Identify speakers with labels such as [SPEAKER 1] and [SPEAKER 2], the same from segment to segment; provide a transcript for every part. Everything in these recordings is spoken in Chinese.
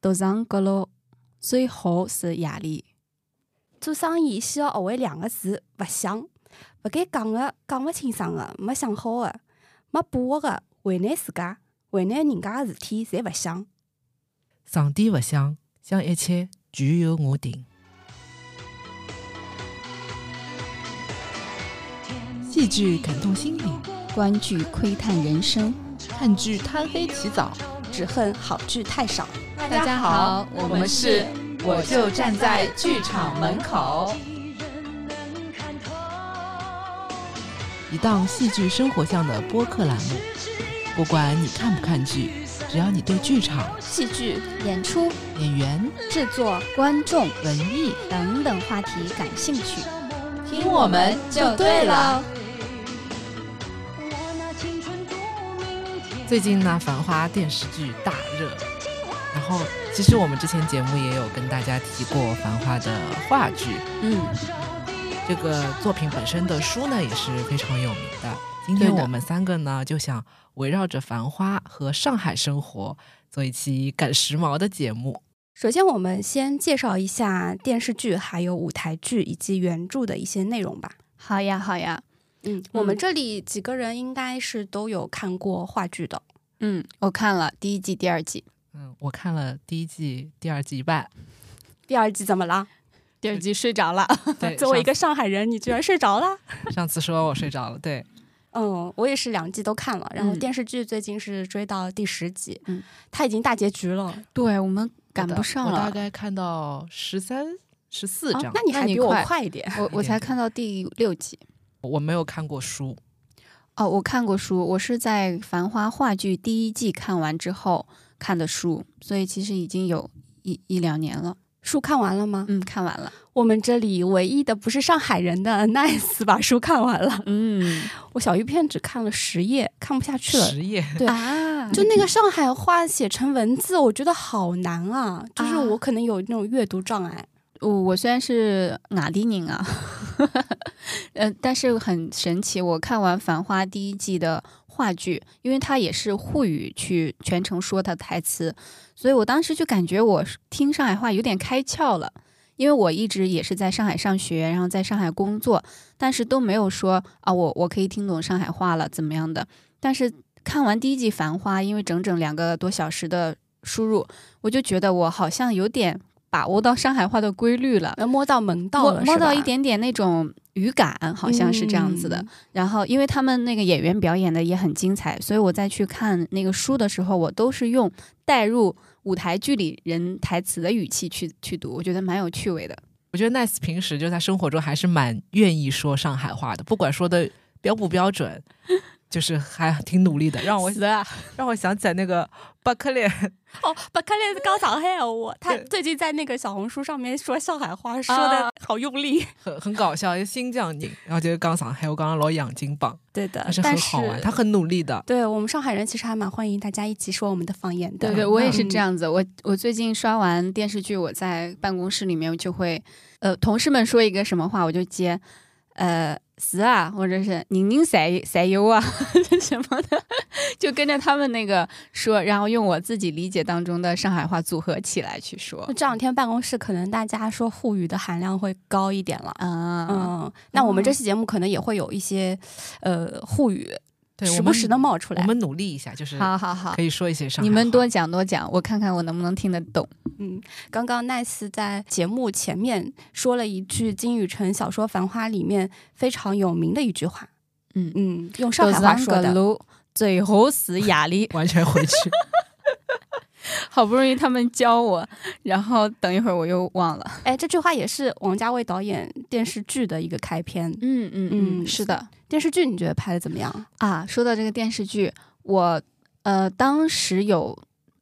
[SPEAKER 1] 都上阁楼，最好是夜里。
[SPEAKER 2] 做生意先要学会两个字：勿想。勿该讲个讲勿清爽个，没想好个，没把握个，为难自家，为难人家个事体，侪勿想。
[SPEAKER 3] 上帝勿想，想一切全由我定。
[SPEAKER 4] 戏剧感动心灵，
[SPEAKER 1] 观剧窥探人生，
[SPEAKER 4] 看剧贪黑起早。
[SPEAKER 2] 只恨好剧太少。
[SPEAKER 4] 大家好，我们是我就站在剧场门口。
[SPEAKER 3] 一档戏剧生活向的播客栏目，不管你看不看剧，只要你对剧场、
[SPEAKER 4] 戏剧、
[SPEAKER 5] 演出、
[SPEAKER 3] 演员、
[SPEAKER 5] 制作、观众、
[SPEAKER 3] 文艺
[SPEAKER 5] 等等话题感兴趣，
[SPEAKER 4] 听我们就对了。
[SPEAKER 3] 最近呢，《繁花》电视剧大热，然后其实我们之前节目也有跟大家提过《繁花》的话剧，
[SPEAKER 2] 嗯，
[SPEAKER 3] 这个作品本身的书呢也是非常有名的。今天我们三个呢就想围绕着《繁花》和上海生活做一期赶时髦的节目。
[SPEAKER 2] 首先，我们先介绍一下电视剧、还有舞台剧以及原著的一些内容吧。
[SPEAKER 5] 好呀，好呀，
[SPEAKER 2] 嗯，我们这里几个人应该是都有看过话剧的。
[SPEAKER 5] 嗯，我看了第一季、第二季，
[SPEAKER 3] 嗯，我看了第一季、第二季一半，
[SPEAKER 2] 第二季怎么了？
[SPEAKER 5] 第二季睡着了。
[SPEAKER 3] 对，
[SPEAKER 2] 作为一个上海人，你居然睡着了？
[SPEAKER 3] 上上次说我睡着了，对，
[SPEAKER 2] 嗯，我也是两季都看了，然后
[SPEAKER 5] 嗯
[SPEAKER 2] 电视剧最近是追到第十集，
[SPEAKER 5] 嗯，
[SPEAKER 2] 它已经大结局了。
[SPEAKER 5] 对我们赶不上
[SPEAKER 3] 我大
[SPEAKER 5] 了，啊
[SPEAKER 3] 概看到十三、十四章
[SPEAKER 2] 哦那，你
[SPEAKER 5] 那
[SPEAKER 2] 还
[SPEAKER 5] 你
[SPEAKER 2] 比我
[SPEAKER 5] 快
[SPEAKER 2] 快一点。
[SPEAKER 5] 我我才看到第六集。
[SPEAKER 3] 我没有看过书，
[SPEAKER 5] 哦，我看过书，我是在《繁花》话剧第一季看完之后看的书，所以其实已经有一一两年了。
[SPEAKER 2] 书看完了吗？
[SPEAKER 5] 嗯，看完了。
[SPEAKER 2] 我们这里唯一的不是上海人的 Nice E 把书看完了。
[SPEAKER 5] 嗯
[SPEAKER 2] 我小鱼片只看了十页，看不下去了。
[SPEAKER 3] 十页。
[SPEAKER 2] 对
[SPEAKER 5] 啊，
[SPEAKER 2] 就那个上海话写成文字，我觉得好难啊！就是
[SPEAKER 5] 啊
[SPEAKER 2] 我可能有那种阅读障碍。
[SPEAKER 5] 我我虽然是外地人啊， 呃，但是很神奇，我看完《繁花》第一季的话剧，因为它也是沪语去全程说它台词，所以我当时就感觉我是听上海话有点开窍了。因为我一直也是在上海上学，然后在上海工作，但是都没有说啊，我我可以听懂上海话了怎么样的。但是看完第一季《繁花》，因为整整两个多小时的输入，我就觉得我好像有点把握到上海话的规律了，
[SPEAKER 2] 呃摸到门道
[SPEAKER 5] 摸
[SPEAKER 2] 了，
[SPEAKER 5] 摸
[SPEAKER 2] 是吧
[SPEAKER 5] 到一，点点那种语感，好像是这样子的。
[SPEAKER 2] 嗯
[SPEAKER 5] 然后，因为他们那个演员表演的也很精彩，所以我在去看那个书的时候，我都是用带入舞台剧里人台词的语气去去读，我觉得蛮有趣味的。
[SPEAKER 3] 我觉得 Nice 平时就在生活中还是蛮愿意说上海话的，不管说的标不标准，就是还挺努力的。让我
[SPEAKER 5] 啊！
[SPEAKER 3] 让我想起来那个巴克列，
[SPEAKER 2] 哦，不，看那是高上海话，我他
[SPEAKER 3] 对
[SPEAKER 2] 最近在那个小红书上面说上海话，说的好用力。
[SPEAKER 3] 很很搞笑，一个新疆人，然后就是刚上海，我刚刚老养金榜，
[SPEAKER 2] 对的
[SPEAKER 3] 但是很好玩，他很努力的。
[SPEAKER 2] 对我们上海人其实还蛮欢迎大家一起说我们的方言的。
[SPEAKER 5] 对对，我也是这样子。
[SPEAKER 2] 嗯
[SPEAKER 5] 我我最近刷完电视剧，我在办公室里面就会，呃，同事们说一个什么话，我就接，呃，是啊，或者是宁宁谁谁优啊 什么的，就跟着他们那个说，然后用我自己理解当中的上海话组合起来去说
[SPEAKER 2] 那。这两天办公室可能大家说沪语的含量会高一点了。
[SPEAKER 5] 啊、
[SPEAKER 2] 嗯，那我们这期节目可能也会有一些，呃，沪语
[SPEAKER 3] 对，
[SPEAKER 2] 时
[SPEAKER 3] 我
[SPEAKER 2] 不
[SPEAKER 3] 们
[SPEAKER 2] 时的冒出
[SPEAKER 3] 我
[SPEAKER 2] 来。
[SPEAKER 3] 们努力一下，就是
[SPEAKER 5] 好好好
[SPEAKER 3] 可，以说一些上海话。
[SPEAKER 5] 你们多讲多讲，我看看我能不能听得懂。
[SPEAKER 2] 嗯，刚刚 Nice 在节目前面说了一句金宇澄小说《繁花》里面非常有名的一句话，
[SPEAKER 5] 嗯，
[SPEAKER 2] 嗯，用上海话说的。
[SPEAKER 5] 路最后是夜里。
[SPEAKER 3] 完全回去。
[SPEAKER 5] 好不容易他们教我，然后等一会儿我又忘了。
[SPEAKER 2] 哎，这句话也是王家卫导演电视剧的一个开篇。
[SPEAKER 5] 嗯
[SPEAKER 2] 嗯
[SPEAKER 5] 是的
[SPEAKER 2] 电视剧你觉得拍的怎么样？
[SPEAKER 5] 啊。说到这个电视剧，我呃当时有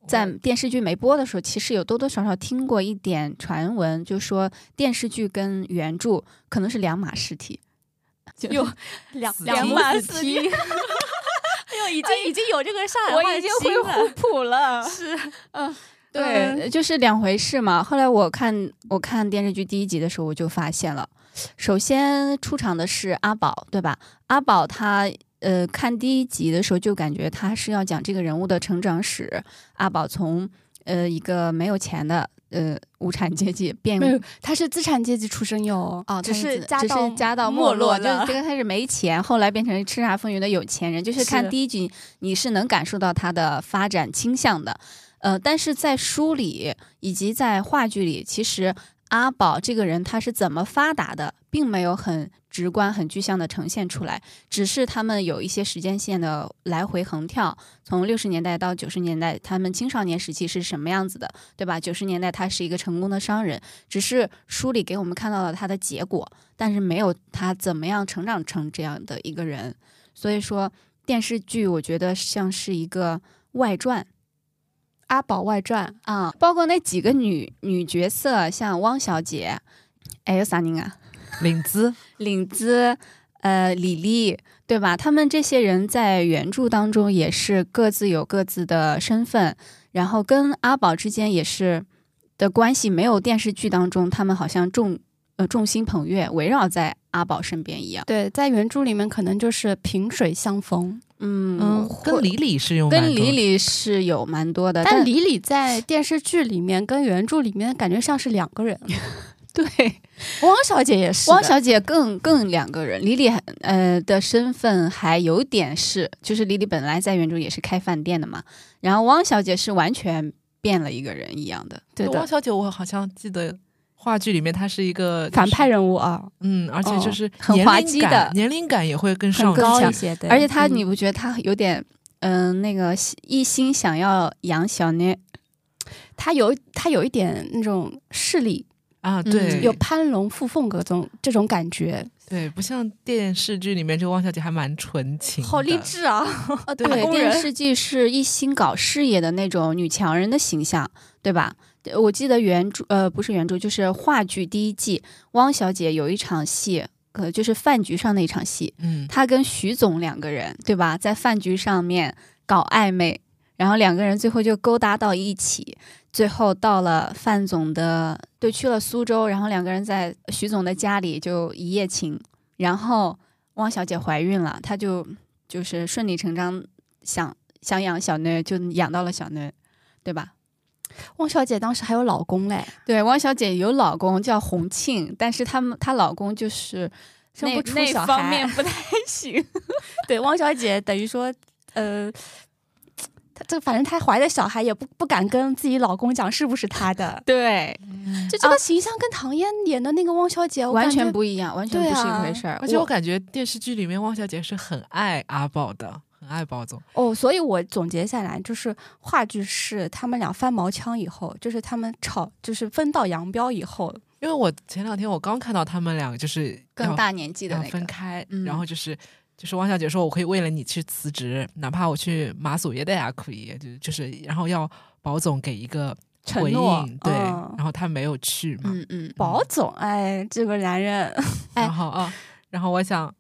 [SPEAKER 5] 在电视剧没播的时候，其实有多多少少听过一点传闻，就说电视剧跟原著可能是两码事体。就
[SPEAKER 2] 有两
[SPEAKER 3] 死
[SPEAKER 2] 两
[SPEAKER 3] 提
[SPEAKER 2] 码
[SPEAKER 3] 死
[SPEAKER 2] 事
[SPEAKER 3] 提
[SPEAKER 2] 体。 哎呦，已经已经有这个上海
[SPEAKER 5] 我
[SPEAKER 2] 话
[SPEAKER 5] 已经
[SPEAKER 2] 基因
[SPEAKER 5] 会
[SPEAKER 2] 了。
[SPEAKER 5] 互补了。
[SPEAKER 2] 是，
[SPEAKER 5] 对，就是两回事嘛。后来我看我看电视剧第一集的时候，我就发现了，首先出场的是阿宝，对吧？阿宝他呃，看第一集的时候就感觉他是要讲这个人物的成长史，阿宝从呃一个没有钱的呃无产阶级变
[SPEAKER 2] 没有，他是资产阶级出身哟，
[SPEAKER 5] 哦，
[SPEAKER 2] 只
[SPEAKER 5] 他
[SPEAKER 2] 是
[SPEAKER 5] 自
[SPEAKER 2] 家
[SPEAKER 5] 只
[SPEAKER 2] 道
[SPEAKER 5] 是家道
[SPEAKER 2] 没
[SPEAKER 5] 没
[SPEAKER 2] 落
[SPEAKER 5] 落，就是 最开始没钱，后来变成叱咤风云的有钱人。就是看
[SPEAKER 2] 是
[SPEAKER 5] 第一集，你是能感受到他的发展倾向的。呃，但是在书里以及在话剧里，其实阿宝这个人他是怎么发达的，并没有很直观、很具象的呈现出来，只是他们有一些时间线的来回横跳，从六十年代到九十年代，他们青少年时期是什么样子的，对吧？九十年代他是一个成功的商人，只是书里给我们看到了他的结果，但是没有他怎么样成长成这样的一个人。所以说，电视剧我觉得像是一个外传
[SPEAKER 2] 《阿宝外传》
[SPEAKER 5] 啊、包括那几个女女角色，像汪小姐，还有啥人啊？
[SPEAKER 3] 领资
[SPEAKER 5] 领子，呃，李丽，对吧？他们这些人在原著当中也是各自有各自的身份，然后跟阿宝之间也是的关系没有电视剧当中他们好像众呃众星捧月，围绕在阿宝身边一样。
[SPEAKER 2] 对，在原著里面可能就是萍水相逢，
[SPEAKER 5] 嗯，
[SPEAKER 3] 嗯，跟李李是用
[SPEAKER 5] 跟李
[SPEAKER 3] 李
[SPEAKER 5] 李是有蛮多的，
[SPEAKER 2] 但李李在电视剧里面跟原著里面感觉像是两个人，
[SPEAKER 5] 对
[SPEAKER 2] 汪小姐也是的，
[SPEAKER 5] 汪小姐更更两个人，李李还呃的身份还有点是，就是李李本来在原著也是开饭店的嘛，然后汪小姐是完全变了一个人一样的，
[SPEAKER 2] 对
[SPEAKER 3] 汪
[SPEAKER 2] 的
[SPEAKER 3] 小姐，我好像记得话剧里面她是一个就是
[SPEAKER 2] 反派人物啊，
[SPEAKER 3] 嗯，而且就
[SPEAKER 2] 哦
[SPEAKER 3] 是
[SPEAKER 5] 很
[SPEAKER 3] 年
[SPEAKER 5] 滑
[SPEAKER 3] 龄
[SPEAKER 5] 稽
[SPEAKER 3] 感
[SPEAKER 5] 的
[SPEAKER 3] 年龄感也会更
[SPEAKER 2] 很
[SPEAKER 3] 上去
[SPEAKER 2] 高
[SPEAKER 5] 强
[SPEAKER 2] 一些，对，
[SPEAKER 5] 而且她
[SPEAKER 2] 嗯
[SPEAKER 5] 你不觉得她有点嗯、那个一心想要养小妞，
[SPEAKER 2] 他有他有一点那种势力，
[SPEAKER 3] 啊，对，
[SPEAKER 2] 有攀龙附凤各种这种感觉，
[SPEAKER 3] 对，不像电视剧里面这个汪小姐还蛮纯情，
[SPEAKER 2] 好励。志啊！
[SPEAKER 5] 哦，
[SPEAKER 3] 对呃打工
[SPEAKER 5] 电
[SPEAKER 2] 人
[SPEAKER 5] 视剧是一心搞事业的那种女强人的形象，对吧？呃我记得原著呃不是原著，就是话剧第一季，汪小姐有一场戏，呃，就是饭局上的一场戏，
[SPEAKER 3] 嗯，
[SPEAKER 5] 她跟徐总两个人，对吧，在饭局上面搞暧昧，然后两个人最后就勾搭到一起，最后到了范总的，对，去了苏州，然后两个人在徐总的家里就一夜情，然后汪小姐怀孕了，她就就是顺理成章想想养小妞，就养到了小妞，对吧？
[SPEAKER 2] 汪小姐当时还有老公嘞，
[SPEAKER 5] 对，汪小姐有老公叫洪庆，但是他们她老公就是
[SPEAKER 2] 生不
[SPEAKER 5] 那
[SPEAKER 2] 出
[SPEAKER 5] 那
[SPEAKER 2] 小
[SPEAKER 5] 方
[SPEAKER 2] 孩
[SPEAKER 5] 面不太行，
[SPEAKER 2] 对，汪小姐等于说，呃，她这反正她怀的小孩也不不敢跟自己老公讲是不是她的，
[SPEAKER 5] 对，啊
[SPEAKER 2] 就这个形象跟唐嫣演的那个汪小姐我
[SPEAKER 5] 完
[SPEAKER 2] 感觉
[SPEAKER 5] 全不一样，完全
[SPEAKER 2] 对
[SPEAKER 5] 不是一
[SPEAKER 2] 啊
[SPEAKER 5] 回事儿。
[SPEAKER 3] 而且我感觉电视剧里面汪小姐是很爱阿宝的，很爱宝总。
[SPEAKER 2] 哦，所以我总结下来就是话剧是他们俩翻毛腔以后，就是他们吵，就是分道扬镳以后，
[SPEAKER 3] 因为我前两天我刚看到他们两个就是
[SPEAKER 5] 更
[SPEAKER 3] 要
[SPEAKER 5] 大年纪的
[SPEAKER 3] 要
[SPEAKER 5] 那
[SPEAKER 3] 分
[SPEAKER 5] 个，
[SPEAKER 3] 开，
[SPEAKER 5] 嗯
[SPEAKER 3] 然后就是就是汪小姐说我可以为了你去辞职，哪怕我去马祖也得啊，可以，就就是然后要宝总给一个
[SPEAKER 2] 承
[SPEAKER 3] 回
[SPEAKER 2] 诺
[SPEAKER 3] 应，对，
[SPEAKER 2] 嗯
[SPEAKER 3] 然后他没有去嘛，
[SPEAKER 5] 嗯嗯，
[SPEAKER 2] 宝总，哎，这个男人，
[SPEAKER 5] 哎
[SPEAKER 3] 然后啊，然后我想，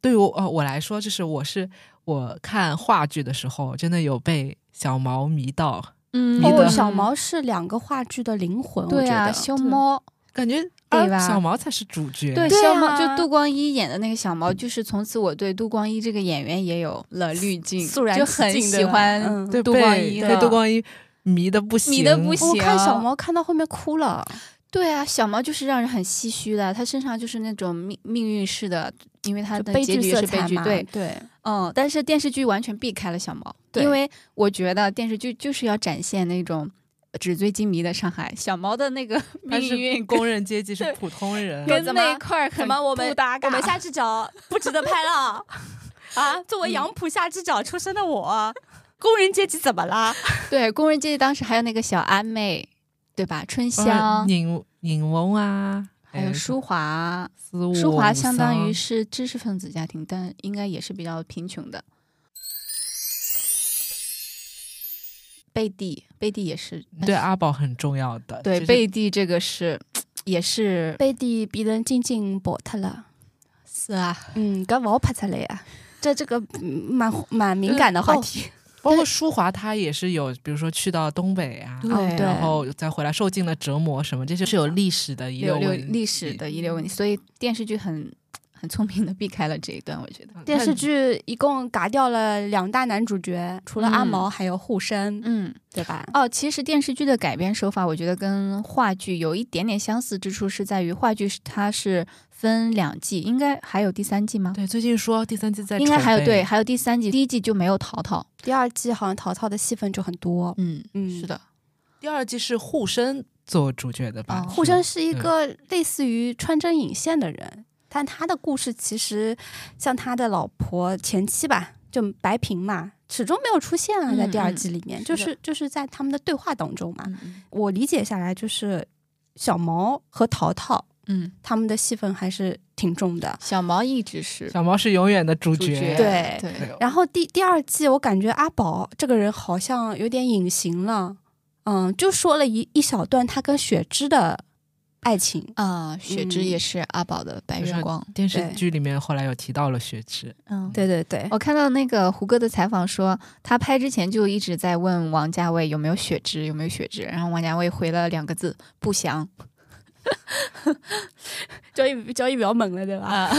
[SPEAKER 3] 对于我呃我来说，就是我是我看话剧的时候，真的有被小毛迷到，
[SPEAKER 5] 嗯
[SPEAKER 3] 你的
[SPEAKER 2] 哦，小毛是两个话剧的灵魂，
[SPEAKER 5] 对
[SPEAKER 2] 啊，
[SPEAKER 5] 啊，修猫，
[SPEAKER 3] 感觉
[SPEAKER 5] 对
[SPEAKER 3] 啊
[SPEAKER 5] 吧
[SPEAKER 3] 小毛才是主角，
[SPEAKER 5] 对
[SPEAKER 2] 对
[SPEAKER 5] 肖猫，
[SPEAKER 2] 啊
[SPEAKER 5] 就杜光一演的那个小毛，就是从此我对杜光一这个演员也有了滤镜，
[SPEAKER 2] 肃然
[SPEAKER 5] 就
[SPEAKER 2] 起
[SPEAKER 5] 很
[SPEAKER 2] 敬
[SPEAKER 5] 喜
[SPEAKER 2] 对吧
[SPEAKER 5] 欢
[SPEAKER 2] 嗯
[SPEAKER 3] 对
[SPEAKER 5] 杜
[SPEAKER 3] 被
[SPEAKER 5] 光一
[SPEAKER 3] 对
[SPEAKER 5] 了
[SPEAKER 3] 杜光一迷的不行，
[SPEAKER 5] 迷得不行
[SPEAKER 2] 我哦看小
[SPEAKER 5] 行
[SPEAKER 2] 毛看到后面哭了，
[SPEAKER 5] 对啊，小毛就是让人很唏嘘的，他身上就是那种命命运式的，因为他
[SPEAKER 2] 就
[SPEAKER 5] 的
[SPEAKER 2] 悲
[SPEAKER 5] 结
[SPEAKER 2] 剧
[SPEAKER 5] 局
[SPEAKER 2] 色
[SPEAKER 5] 是悲
[SPEAKER 2] 彩
[SPEAKER 5] 剧，
[SPEAKER 2] 嘛
[SPEAKER 5] 对，
[SPEAKER 2] 对，
[SPEAKER 5] 嗯，但是电视剧完全避开了小毛，
[SPEAKER 2] 对
[SPEAKER 5] 因为我觉得电视剧就是要展现那种纸醉金迷的上海，小毛的那个
[SPEAKER 3] 他
[SPEAKER 5] 命
[SPEAKER 3] 是
[SPEAKER 5] 运
[SPEAKER 3] 工人阶级是
[SPEAKER 5] 对
[SPEAKER 3] 普通人，
[SPEAKER 5] 跟
[SPEAKER 2] 怎么
[SPEAKER 5] 那块儿很
[SPEAKER 2] 怎么我们
[SPEAKER 5] 不搭嘎
[SPEAKER 2] 我们 下只脚不值得拍 了啊！作为杨浦下只脚出身的我，工人阶级怎么啦？
[SPEAKER 5] 对，工人阶级当时还有那个小安妹，对吧？春
[SPEAKER 3] 呃
[SPEAKER 5] 香，
[SPEAKER 3] 尹尹翁啊，
[SPEAKER 5] 还有舒华，
[SPEAKER 3] 苏
[SPEAKER 5] 舒华相当于是知识分子家庭，但应该也是比较贫穷的。贝蒂，贝蒂也是，
[SPEAKER 3] 嗯对啊阿宝很重要的，
[SPEAKER 5] 对
[SPEAKER 3] 就是
[SPEAKER 5] 贝蒂这个是也是
[SPEAKER 2] 贝蒂被人静静剥脱了，
[SPEAKER 5] 是啊，
[SPEAKER 2] 嗯，搿勿好拍出来啊！这这个 嗯蛮蛮敏
[SPEAKER 5] 嗯
[SPEAKER 2] 感的
[SPEAKER 5] 哦
[SPEAKER 2] 话题，
[SPEAKER 3] 包括舒华他也是有，比如说去到东北啊，
[SPEAKER 5] 嗯对
[SPEAKER 2] 哦对
[SPEAKER 3] 然后再回来受尽了折磨什么，这就是有历史的遗
[SPEAKER 5] 有
[SPEAKER 3] 留
[SPEAKER 5] 有
[SPEAKER 3] 文嗯
[SPEAKER 5] 历史的遗留问题，所以电视剧很很聪明的避开了这一段，我觉
[SPEAKER 3] 嗯
[SPEAKER 5] 得。
[SPEAKER 2] 电视剧一共嘎掉了两大男主角，除了阿毛，还有护生，
[SPEAKER 5] 嗯，
[SPEAKER 2] 对吧？
[SPEAKER 5] 哦，其实电视剧的改编手法，我觉得跟话剧有一点点相似之处，是在于话剧是它是分两季，应该还有第三季吗？
[SPEAKER 3] 对，最近说第三季在
[SPEAKER 5] 应该还有
[SPEAKER 3] 筹备
[SPEAKER 5] 对，，还有第三季，第一季就没有淘淘。
[SPEAKER 2] 第二季好像淘淘的戏份就很多，
[SPEAKER 5] 嗯，
[SPEAKER 2] 嗯，
[SPEAKER 5] 是。的，
[SPEAKER 3] 第二季是护生做主角的吧
[SPEAKER 5] 哦？
[SPEAKER 2] 护生
[SPEAKER 3] 吧
[SPEAKER 2] 是一
[SPEAKER 3] 对
[SPEAKER 2] 个
[SPEAKER 5] 嗯
[SPEAKER 2] 类似于穿针引线的人，但他的故事其实像他的老婆前妻吧，就白萍嘛，始终没有出现啊，在第二
[SPEAKER 5] 嗯嗯
[SPEAKER 2] 季里面，
[SPEAKER 5] 是
[SPEAKER 2] 就
[SPEAKER 5] 的
[SPEAKER 2] 是就是在他们的对话当中嘛，
[SPEAKER 5] 嗯
[SPEAKER 2] 我理解下来就是小毛和淘淘
[SPEAKER 5] 嗯，
[SPEAKER 2] 他们的戏份还是挺重的。
[SPEAKER 5] 小毛一直是
[SPEAKER 3] 小毛是永远的主
[SPEAKER 5] 主角，
[SPEAKER 3] 对
[SPEAKER 2] 对
[SPEAKER 5] 对，
[SPEAKER 2] 然后第第二季，我感觉阿宝这个人好像有点隐形了，嗯，就说了一一小段他跟雪芝的爱情，
[SPEAKER 5] 啊，雪芝
[SPEAKER 2] 嗯
[SPEAKER 5] 也是阿宝的白
[SPEAKER 3] 就
[SPEAKER 5] 月
[SPEAKER 3] 是
[SPEAKER 5] 光。
[SPEAKER 3] 电视
[SPEAKER 2] 对
[SPEAKER 3] 剧里面后来有提到了雪芝，
[SPEAKER 5] 嗯，
[SPEAKER 2] 对对对，
[SPEAKER 5] 我看到那个胡歌的采访说，他拍之前就一直在问王家卫有没有血脂，有没有血脂，然后王家卫回了两个字：不详。
[SPEAKER 2] 交易交易比较猛了，对吧？
[SPEAKER 5] 啊，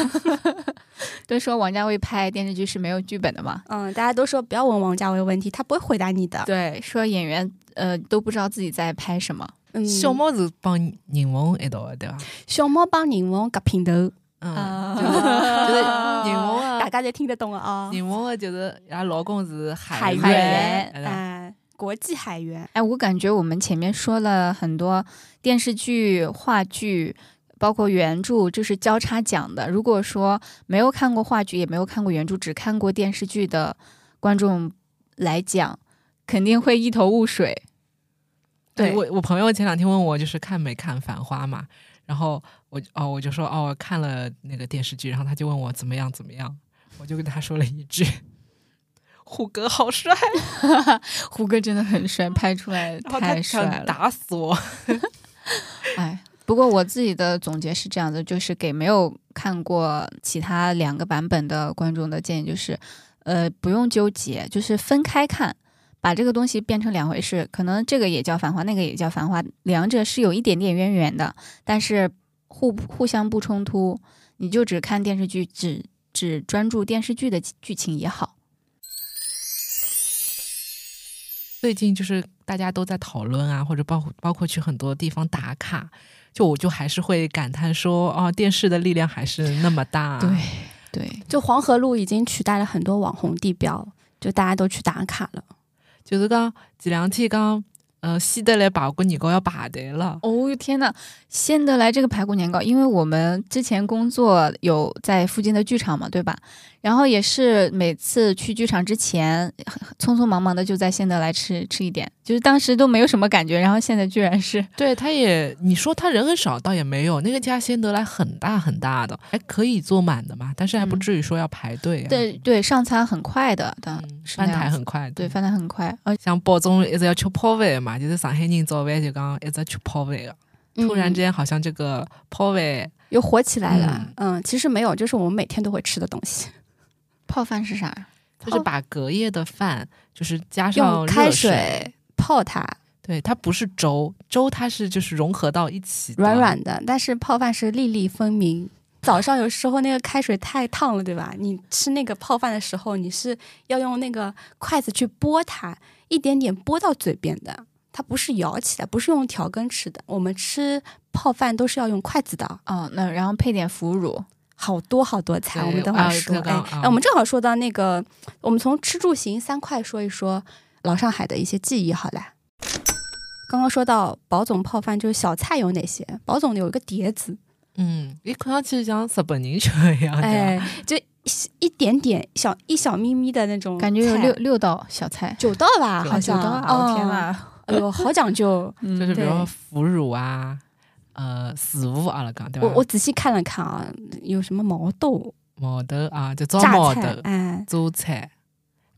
[SPEAKER 5] 都说王家卫拍电视剧是没有剧本的嘛？
[SPEAKER 2] 嗯，大家都说不要问王家卫问题，他不会回答你的。
[SPEAKER 5] 对，说演员呃都不知道自己在拍什么。
[SPEAKER 2] 嗯，
[SPEAKER 3] 小猫是帮柠檬一道的，对吧？
[SPEAKER 2] 熊猫帮柠檬夹平头，
[SPEAKER 3] 嗯，
[SPEAKER 5] 啊
[SPEAKER 3] 就是 就是 柠檬
[SPEAKER 2] 大
[SPEAKER 3] 啊，
[SPEAKER 2] 家侪听得懂了啊、
[SPEAKER 3] 柠檬啊，就是伊拉老公是
[SPEAKER 2] 海
[SPEAKER 3] 员，
[SPEAKER 2] 员
[SPEAKER 5] 海
[SPEAKER 3] 哎呀
[SPEAKER 2] 哎、国际海员，
[SPEAKER 5] 哎，我感觉我们前面说了很多电视剧、话剧，包括原著，就是交叉讲的。如果说没有看过话剧，也没有看过原著，只看过电视剧的观众来讲，肯定会一头雾水。
[SPEAKER 2] 对
[SPEAKER 3] 我我朋友前两天问我，就是看没看《繁花》嘛，然后我哦我就说哦我看了那个电视剧，然后他就问我怎么样怎么样，我就跟他说了一句， 胡歌好帅，
[SPEAKER 5] 胡歌真的很帅，拍出来
[SPEAKER 3] 然后他
[SPEAKER 5] 太帅
[SPEAKER 3] 想
[SPEAKER 5] 了。
[SPEAKER 3] 打死我，
[SPEAKER 5] 哎，不过我自己的总结是这样的，就是给没有看过其他两个版本的观众的建议就是，呃，不用纠结，就是分开看。把这个东西变成两回事，可能这个也叫繁花，那个也叫繁花，两者是有一点点渊源的，但是互互相不冲突。你就只看电视剧，只只专注电视剧的剧情也好。
[SPEAKER 3] 最近就是大家都在讨论啊，或者包包括去很多地方打卡，就我就还是会感叹说，哦，电视的力量还是那么大。
[SPEAKER 5] 对，对，
[SPEAKER 2] 就黄河路已经取代了很多网红地标，就大家都去打卡了。
[SPEAKER 3] 就是讲前两天讲，呃，西德来排骨年糕要排队了。
[SPEAKER 5] 哦哟天呐，仙得来这个排骨年糕，因为我们之前工作有在附近的剧场嘛，对吧？然后也是每次去剧场之前，匆匆忙忙的就在仙得来吃吃一点，就是当时都没有什么感觉，然后现在居然是
[SPEAKER 3] 对，他也你说他人很少，倒也没有。那个家先得来很大很大的，还可以坐满的嘛，但是还不
[SPEAKER 5] 嗯
[SPEAKER 3] 至于说要排队、啊。
[SPEAKER 5] 对对上餐很快的，的、
[SPEAKER 3] 嗯，
[SPEAKER 5] 是那
[SPEAKER 3] 翻
[SPEAKER 5] 样
[SPEAKER 3] 台
[SPEAKER 5] 子
[SPEAKER 3] 很嗯快。
[SPEAKER 5] 对翻的很快，呃而
[SPEAKER 3] 像保中一直要吃泡饭嘛，就是上海人早饭就讲一直吃泡饭的。突然之
[SPEAKER 2] 嗯
[SPEAKER 3] 间，好像这个泡饭
[SPEAKER 2] 又火起来了。嗯其实没有，就是我们每天都会吃的东西，
[SPEAKER 5] 泡饭是啥？
[SPEAKER 3] 就是把隔夜的饭，就是加上
[SPEAKER 2] 哦用
[SPEAKER 3] 热
[SPEAKER 2] 开
[SPEAKER 3] 水，
[SPEAKER 2] 泡它，
[SPEAKER 3] 对，它不是粥，粥它是就是融合到一起的，
[SPEAKER 2] 软软的，但是泡饭是粒粒分明。早上有时候那个开水太烫了，对吧？你吃那个泡饭的时候，你是要用那个筷子去拨它，一点点拨到嘴边的。它不是舀起来，不是用调羹吃的。我们吃泡饭都是要用筷子的，
[SPEAKER 5] 哦，那然后配点腐乳，
[SPEAKER 2] 好多好多菜。
[SPEAKER 3] 对
[SPEAKER 2] 我们等会儿
[SPEAKER 3] 啊
[SPEAKER 2] 说，
[SPEAKER 3] 这个
[SPEAKER 2] 哎
[SPEAKER 3] 啊
[SPEAKER 2] 哎，我们正好说到那个，我们从吃住行三块说一说老上海的一些记忆好了。刚刚说到宝总泡饭，就是小菜有哪些？宝总有一个碟子，
[SPEAKER 3] 嗯，你看上去像日本人吃一
[SPEAKER 5] 啊
[SPEAKER 3] 样，对吧？
[SPEAKER 2] 哎，就一一点点小一小咪咪的那种菜，
[SPEAKER 5] 感觉有六六道小菜，
[SPEAKER 2] 九道吧，
[SPEAKER 3] 九
[SPEAKER 2] 好
[SPEAKER 5] 九
[SPEAKER 2] 像
[SPEAKER 5] 道啊！我天
[SPEAKER 2] 呐，
[SPEAKER 5] 呐，
[SPEAKER 2] 哎呦，好讲究！
[SPEAKER 5] 嗯
[SPEAKER 3] 就是比如
[SPEAKER 2] 对
[SPEAKER 3] 说腐乳啊，呃，豉物阿拉讲对吧？
[SPEAKER 2] 我
[SPEAKER 5] 嗯
[SPEAKER 2] 我仔细看了看啊，有什么毛豆、
[SPEAKER 3] 毛豆啊，就糟
[SPEAKER 2] 榨
[SPEAKER 3] 毛豆、
[SPEAKER 2] 菜，哎
[SPEAKER 3] 榨菜，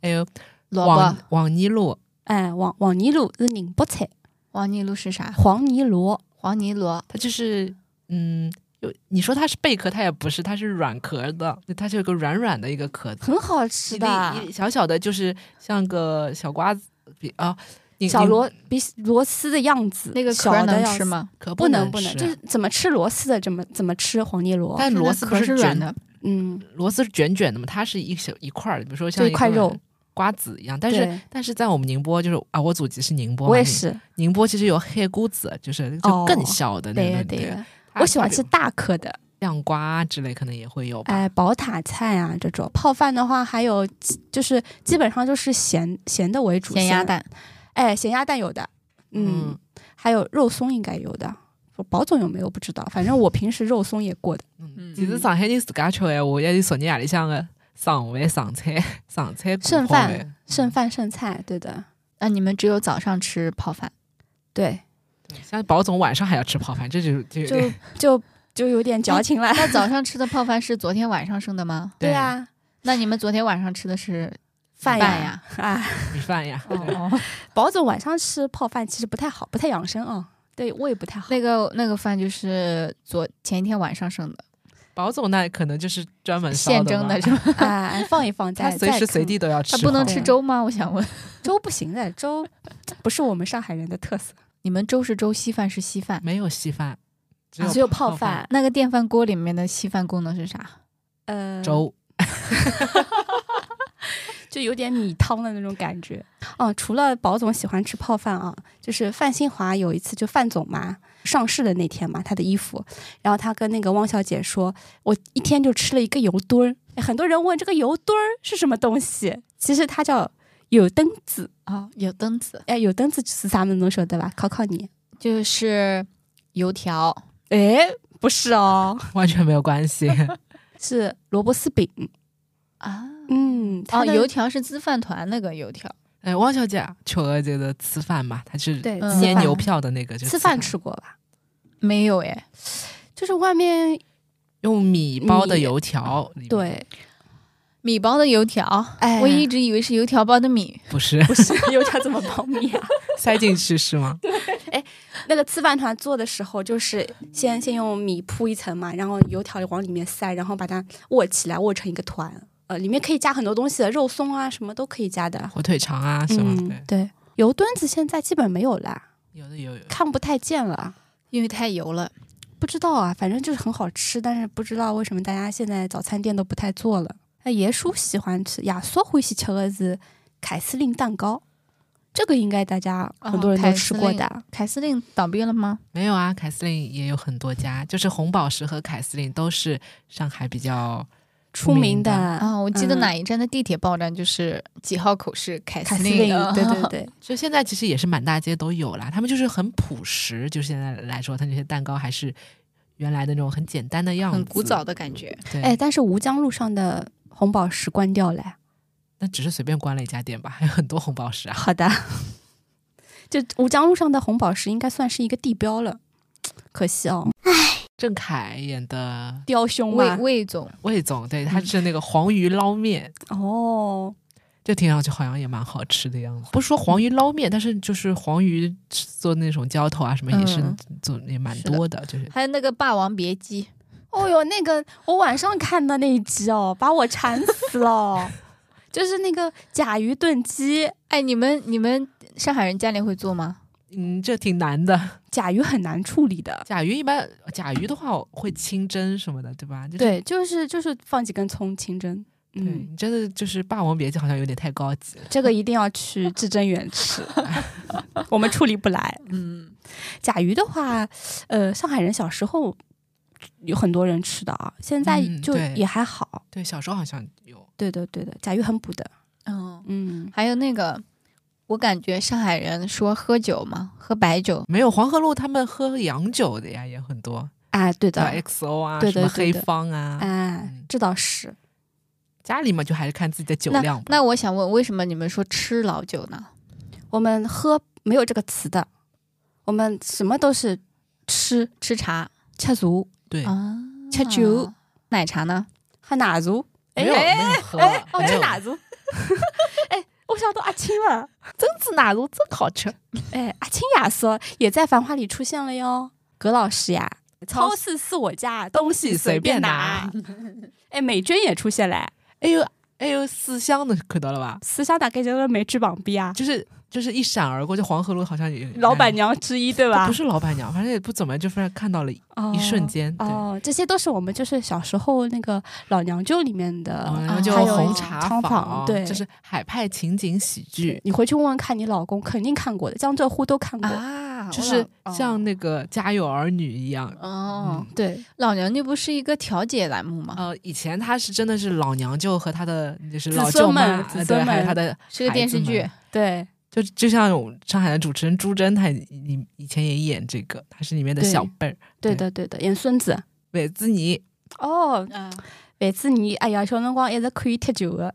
[SPEAKER 3] 还有
[SPEAKER 5] 萝
[SPEAKER 3] 黄
[SPEAKER 5] 卜、
[SPEAKER 3] 黄泥螺，
[SPEAKER 2] 哎，黄黄泥螺是宁波菜，
[SPEAKER 5] 黄泥螺是啥？
[SPEAKER 2] 黄泥螺，
[SPEAKER 5] 黄泥螺。
[SPEAKER 3] 它就是嗯。就你说它是贝壳，它也不是，它是软壳的，它是有个软软的一个壳子。
[SPEAKER 2] 很好吃
[SPEAKER 3] 一
[SPEAKER 2] 的
[SPEAKER 3] 粒，一粒小小的，就是像个小瓜子比啊，你
[SPEAKER 2] 小
[SPEAKER 3] 你
[SPEAKER 2] 螺比螺丝的样子，
[SPEAKER 5] 那个壳
[SPEAKER 2] 小
[SPEAKER 5] 儿
[SPEAKER 2] 的
[SPEAKER 5] 能
[SPEAKER 2] 要
[SPEAKER 5] 吃
[SPEAKER 2] 死？
[SPEAKER 5] 吗？
[SPEAKER 3] 可
[SPEAKER 2] 不能
[SPEAKER 3] 能
[SPEAKER 2] 不能，
[SPEAKER 3] 吃
[SPEAKER 2] 就是怎么吃螺丝的，怎么怎么吃黄泥螺。
[SPEAKER 3] 但
[SPEAKER 5] 是
[SPEAKER 3] 螺
[SPEAKER 5] 那
[SPEAKER 3] 丝不
[SPEAKER 5] 壳
[SPEAKER 3] 是
[SPEAKER 5] 是软
[SPEAKER 3] 卷
[SPEAKER 5] 的，
[SPEAKER 2] 嗯，
[SPEAKER 3] 螺丝是卷卷的嘛，它是一小一块儿的，比如说像
[SPEAKER 2] 就一块肉
[SPEAKER 3] 瓜子一样。但是
[SPEAKER 2] 对
[SPEAKER 3] 但是在我们宁波，就是啊，我祖籍是宁波嘛，
[SPEAKER 2] 我也
[SPEAKER 3] 宁。
[SPEAKER 2] 是，
[SPEAKER 3] 宁波其实有黑姑子，就是就
[SPEAKER 2] 哦
[SPEAKER 3] 更小的那
[SPEAKER 2] 对
[SPEAKER 3] 个，
[SPEAKER 2] 的对的，
[SPEAKER 3] 它
[SPEAKER 2] 我喜欢
[SPEAKER 3] 它
[SPEAKER 2] 吃大颗的，
[SPEAKER 3] 酱瓜之类，可能也会有吧。
[SPEAKER 2] 哎，宝塔菜啊这种。泡饭的话，还有就是基本上就是咸咸的为主，
[SPEAKER 5] 咸鸭，蛋，
[SPEAKER 2] 哎，咸鸭蛋有的，嗯，
[SPEAKER 3] 嗯
[SPEAKER 2] 还有肉松应该有的。宝总有没有不知道，反正我平时肉松也过的。
[SPEAKER 3] 嗯
[SPEAKER 5] 嗯
[SPEAKER 3] 其实上海人自家吃的闲话，也是昨日夜里向个上饭上菜上菜哎
[SPEAKER 2] 剩
[SPEAKER 3] 顾客的
[SPEAKER 2] 饭剩饭剩菜，对的，
[SPEAKER 5] 那你们只有早上吃泡饭，
[SPEAKER 2] 对，
[SPEAKER 3] 像宝总晚上还要吃泡饭，这就就有
[SPEAKER 2] 就
[SPEAKER 3] 点
[SPEAKER 2] 就就有点矫情了。
[SPEAKER 5] 那早上吃的泡饭是昨天晚上剩的吗？
[SPEAKER 2] 对啊，
[SPEAKER 5] 那你们昨天晚上吃的是
[SPEAKER 2] 饭
[SPEAKER 5] 饭
[SPEAKER 2] 呀
[SPEAKER 5] 呀？
[SPEAKER 2] 啊，
[SPEAKER 3] 米饭呀。
[SPEAKER 5] 哦，
[SPEAKER 2] 宝总晚上吃泡饭其实不太好，不太养生啊，对胃不太好。
[SPEAKER 5] 那个那个饭就是昨前一天晚上剩的，
[SPEAKER 3] 宝总那可能就是专门烧
[SPEAKER 5] 现蒸
[SPEAKER 3] 的吧
[SPEAKER 5] 的是吧？
[SPEAKER 2] 啊，放一放
[SPEAKER 3] 他
[SPEAKER 2] 再
[SPEAKER 3] 随时随地都要吃哦
[SPEAKER 5] 那
[SPEAKER 3] 好，
[SPEAKER 5] 不能
[SPEAKER 2] 对
[SPEAKER 5] 吃粥吗？我想问，
[SPEAKER 2] 粥不行的，粥不是我们上海人的特色。
[SPEAKER 5] 你们粥是粥，稀饭是稀饭。
[SPEAKER 3] 没有稀饭，只
[SPEAKER 2] 啊只有泡
[SPEAKER 3] 泡
[SPEAKER 2] 饭
[SPEAKER 5] 那个电饭锅里面的稀饭功能是啥？
[SPEAKER 2] 呃，
[SPEAKER 3] 粥。
[SPEAKER 2] 就有点米汤的那种感觉。哦、除了宝总喜欢吃泡饭啊，就是范新华有一次就范总嘛上市的那天嘛，他的衣服，然后他跟那个汪小姐说，我一天就吃了一个油墩儿。哎很多人问这个油墩儿是什么东西，其实它叫油墩子。
[SPEAKER 5] 哦，有灯子，
[SPEAKER 2] 哎，油墩子是啥么侬晓得吧？考考你。
[SPEAKER 5] 就是油条。
[SPEAKER 2] 哎，不是哦，
[SPEAKER 3] 完全没有关系，
[SPEAKER 2] 是萝卜丝饼。
[SPEAKER 5] 啊，
[SPEAKER 2] 嗯，它
[SPEAKER 5] 哦，
[SPEAKER 2] 的
[SPEAKER 5] 油条是资饭团那个油条，
[SPEAKER 3] 哎，汪小姐，求了这个吃饭嘛，她是
[SPEAKER 2] 对
[SPEAKER 5] 嗯
[SPEAKER 3] 捏
[SPEAKER 5] 捏
[SPEAKER 3] 牛票的那个，就
[SPEAKER 2] 吃饭吃过吧？
[SPEAKER 5] 没有哎，
[SPEAKER 2] 就是外面
[SPEAKER 3] 用米包的
[SPEAKER 2] 米
[SPEAKER 3] 油条，里面，
[SPEAKER 2] 对，
[SPEAKER 5] 米包的油条，
[SPEAKER 2] 哎
[SPEAKER 5] 我一直以为是油条包的米，
[SPEAKER 3] 不 是
[SPEAKER 2] 不是油条怎么保密啊？
[SPEAKER 3] 塞进去是吗？
[SPEAKER 2] 那个吃饭团做的时候，就是先先用米铺一层嘛，然后油条往里面塞，然后把它握起来，握成一个团。呃，里面可以加很多东西的，肉松啊，什么都可以加的。
[SPEAKER 3] 火腿肠啊什么的
[SPEAKER 2] 嗯，，对，油墩子现在基本没有啦，
[SPEAKER 3] 有的有有。
[SPEAKER 2] 看不太见了。
[SPEAKER 5] 因为太油了。
[SPEAKER 2] 不知道啊，反正就是很好吃，但是不知道为什么大家现在早餐店都不太做了。那爷叔喜欢吃，亚叔欢喜吃的是凯司令蛋糕，这个应该大家
[SPEAKER 5] 哦
[SPEAKER 2] 很多人都
[SPEAKER 5] 凯
[SPEAKER 2] 吃
[SPEAKER 5] 司
[SPEAKER 2] 过
[SPEAKER 5] 令
[SPEAKER 2] 的。
[SPEAKER 5] 凯司令倒闭了吗？
[SPEAKER 3] 没有啊，凯司令也有很多家，就是红宝石和凯司令都是上海比较
[SPEAKER 2] 出名
[SPEAKER 3] 的
[SPEAKER 5] 啊、我记得
[SPEAKER 2] 嗯
[SPEAKER 5] 哪一站的地铁报站就是几号口是凯
[SPEAKER 2] 凯
[SPEAKER 5] 司
[SPEAKER 2] 司
[SPEAKER 5] 令
[SPEAKER 2] 令
[SPEAKER 5] 的，，嗯
[SPEAKER 2] 对对对，
[SPEAKER 3] 就现在其实也是满大街都有啦，他们就是很朴实，就现在来说，它那些蛋糕还是原来的那种很简单的样
[SPEAKER 2] 嗯
[SPEAKER 3] 子，
[SPEAKER 5] 很古早。的感觉。
[SPEAKER 3] 对，
[SPEAKER 2] 哎，但是吴江路上的红宝石关掉了。
[SPEAKER 3] 那只是随便关了一家店吧，还有很多红宝石啊。
[SPEAKER 2] 好的， 就吴江路上的红宝石应该算是一个地标了，可惜哦，
[SPEAKER 3] 郑恺演的
[SPEAKER 2] 雕兄
[SPEAKER 5] 魏
[SPEAKER 2] 嘛，
[SPEAKER 5] 魏总，
[SPEAKER 3] 魏总，对，
[SPEAKER 5] 嗯
[SPEAKER 3] 他吃那个黄鱼捞面，
[SPEAKER 2] 哦，
[SPEAKER 3] 就听上去好像也蛮好吃的样子。不是说黄鱼捞面，但是就是黄鱼做那种浇头啊什么，也是
[SPEAKER 5] 嗯
[SPEAKER 3] 做也蛮
[SPEAKER 5] 是的
[SPEAKER 3] 多的，就是
[SPEAKER 5] 还有那个《霸王别姬》，
[SPEAKER 2] 哦哟，那个我晚上看的那一集哦，把我馋死 了，就是那个甲鱼炖鸡，
[SPEAKER 5] 哎，你们你们上海人家里会做吗？
[SPEAKER 3] 嗯，这挺难的。
[SPEAKER 2] 甲鱼很难处理的。
[SPEAKER 3] 甲鱼一般，甲鱼的话我会清蒸什么的，对吧？就是、
[SPEAKER 2] 对，就是就是放几根葱清蒸，
[SPEAKER 3] 对，
[SPEAKER 2] 嗯，
[SPEAKER 3] 你真的就是《霸王别姬》好像有点太高级了。
[SPEAKER 2] 这个一定要去至臻园 吃，我们处理不来。
[SPEAKER 5] 嗯，
[SPEAKER 2] 甲鱼的话，呃，上海人小时候有很多人吃的啊，现在
[SPEAKER 3] 嗯
[SPEAKER 2] 就
[SPEAKER 3] 对
[SPEAKER 2] 也还好。
[SPEAKER 3] 对，小时候好像有，
[SPEAKER 2] 对的，对的，甲鱼很补的。
[SPEAKER 5] 哦，
[SPEAKER 2] 嗯，
[SPEAKER 5] 还有那个，我感觉上海人说喝酒嘛，喝白酒，
[SPEAKER 3] 没有黄河路他们喝洋酒的呀也很多，
[SPEAKER 2] 哎，对
[SPEAKER 3] 叫
[SPEAKER 2] 的，
[SPEAKER 3] XO 啊，
[SPEAKER 2] 对
[SPEAKER 3] 什么
[SPEAKER 2] 对对
[SPEAKER 3] 黑
[SPEAKER 2] 对
[SPEAKER 3] 方啊，
[SPEAKER 2] 哎，这倒是。
[SPEAKER 3] 家里嘛就还是看自己的酒
[SPEAKER 5] 那
[SPEAKER 3] 量吧。
[SPEAKER 5] 那我想问，为什么你们说吃老酒呢？
[SPEAKER 2] 我们喝没有这个词的，我们什么都是吃
[SPEAKER 5] 吃茶
[SPEAKER 2] 吃足，
[SPEAKER 3] 对，
[SPEAKER 5] 啊，
[SPEAKER 2] 吃酒
[SPEAKER 5] 奶茶呢？
[SPEAKER 2] 喝奶足。
[SPEAKER 3] 没有
[SPEAKER 2] 哎
[SPEAKER 3] 没有喝，
[SPEAKER 2] 哦，
[SPEAKER 3] 没
[SPEAKER 2] 吃
[SPEAKER 3] 有
[SPEAKER 2] 奶足。 哎，我想到阿青了。
[SPEAKER 3] 真子奶油真好吃。
[SPEAKER 2] 哎，阿青亚说也在《繁花》里出现了哟。葛老师呀，超市是我家，东西随便拿。 哎，美娟也出现了，
[SPEAKER 3] 哎呦哎呦，四香的看到了吧？
[SPEAKER 2] 思想大概就是美剧旁边啊。
[SPEAKER 3] 就是就是一闪而过，就黄河路好像也
[SPEAKER 2] 老板娘之一，对
[SPEAKER 3] 哎
[SPEAKER 2] 吧？
[SPEAKER 3] 不是老板娘，反正也不怎么，就突然看到了一
[SPEAKER 2] 哦
[SPEAKER 3] 一瞬间，对，
[SPEAKER 2] 哦，这些都是我们就是小时候那个老娘舅里面的，
[SPEAKER 3] 然后
[SPEAKER 2] 哦还
[SPEAKER 3] 就
[SPEAKER 2] 有
[SPEAKER 3] 红茶
[SPEAKER 2] 汤
[SPEAKER 3] 坊，
[SPEAKER 2] 对，
[SPEAKER 3] 就是海派情景喜剧
[SPEAKER 2] 你回去问问看，你老公肯定看过的，江浙沪都看过。
[SPEAKER 5] 啊，
[SPEAKER 3] 就
[SPEAKER 5] 我
[SPEAKER 3] 是
[SPEAKER 2] 哦
[SPEAKER 5] 老
[SPEAKER 3] 像那个《家有儿女》一样。
[SPEAKER 5] 哦，
[SPEAKER 3] 嗯
[SPEAKER 2] 对，
[SPEAKER 5] 老娘舅不是一个调解栏目
[SPEAKER 2] 啊
[SPEAKER 5] 吗？
[SPEAKER 3] 呃，以前他是真的是老娘舅和他的就是
[SPEAKER 2] 子
[SPEAKER 3] 老
[SPEAKER 2] 孙
[SPEAKER 3] 舅
[SPEAKER 2] 们
[SPEAKER 3] 啊
[SPEAKER 2] 子
[SPEAKER 3] 对，
[SPEAKER 2] 孙
[SPEAKER 3] 还有
[SPEAKER 2] 们
[SPEAKER 3] 他的
[SPEAKER 5] 是个
[SPEAKER 3] 孩
[SPEAKER 5] 电
[SPEAKER 3] 子
[SPEAKER 5] 视
[SPEAKER 3] 们
[SPEAKER 5] 剧，
[SPEAKER 2] 对，
[SPEAKER 3] 就就像上海的主持人朱桢，他以以前也演这个，他是里面的
[SPEAKER 2] 对
[SPEAKER 3] 小辈儿
[SPEAKER 2] 对的，对的，演孙子。
[SPEAKER 3] 韦兹尼。
[SPEAKER 2] 哦，
[SPEAKER 5] 嗯，
[SPEAKER 2] 每次你，哎呀，小辰光一直看伊踢球的，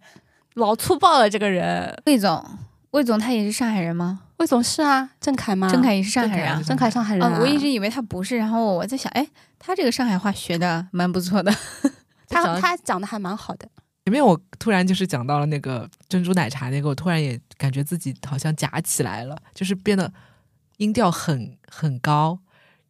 [SPEAKER 2] 老粗暴了这个人。
[SPEAKER 5] 魏总，魏总他也是上海人吗？
[SPEAKER 2] 魏总是啊，郑恺吗？
[SPEAKER 5] 郑恺也是上海
[SPEAKER 3] 郑
[SPEAKER 5] 人
[SPEAKER 3] 恺
[SPEAKER 5] 啊
[SPEAKER 3] 是。
[SPEAKER 2] 郑恺上海人、
[SPEAKER 5] 啊，我一直以为他不是，然后我在想，哎，他这个上海话学的蛮不错的。就
[SPEAKER 2] 他
[SPEAKER 5] 找
[SPEAKER 2] 他讲的还蛮好的。
[SPEAKER 3] 前面我突然就是讲到了那个珍珠奶茶那个，我突然也感觉自己好像夹起来了，就是变得音调很很高。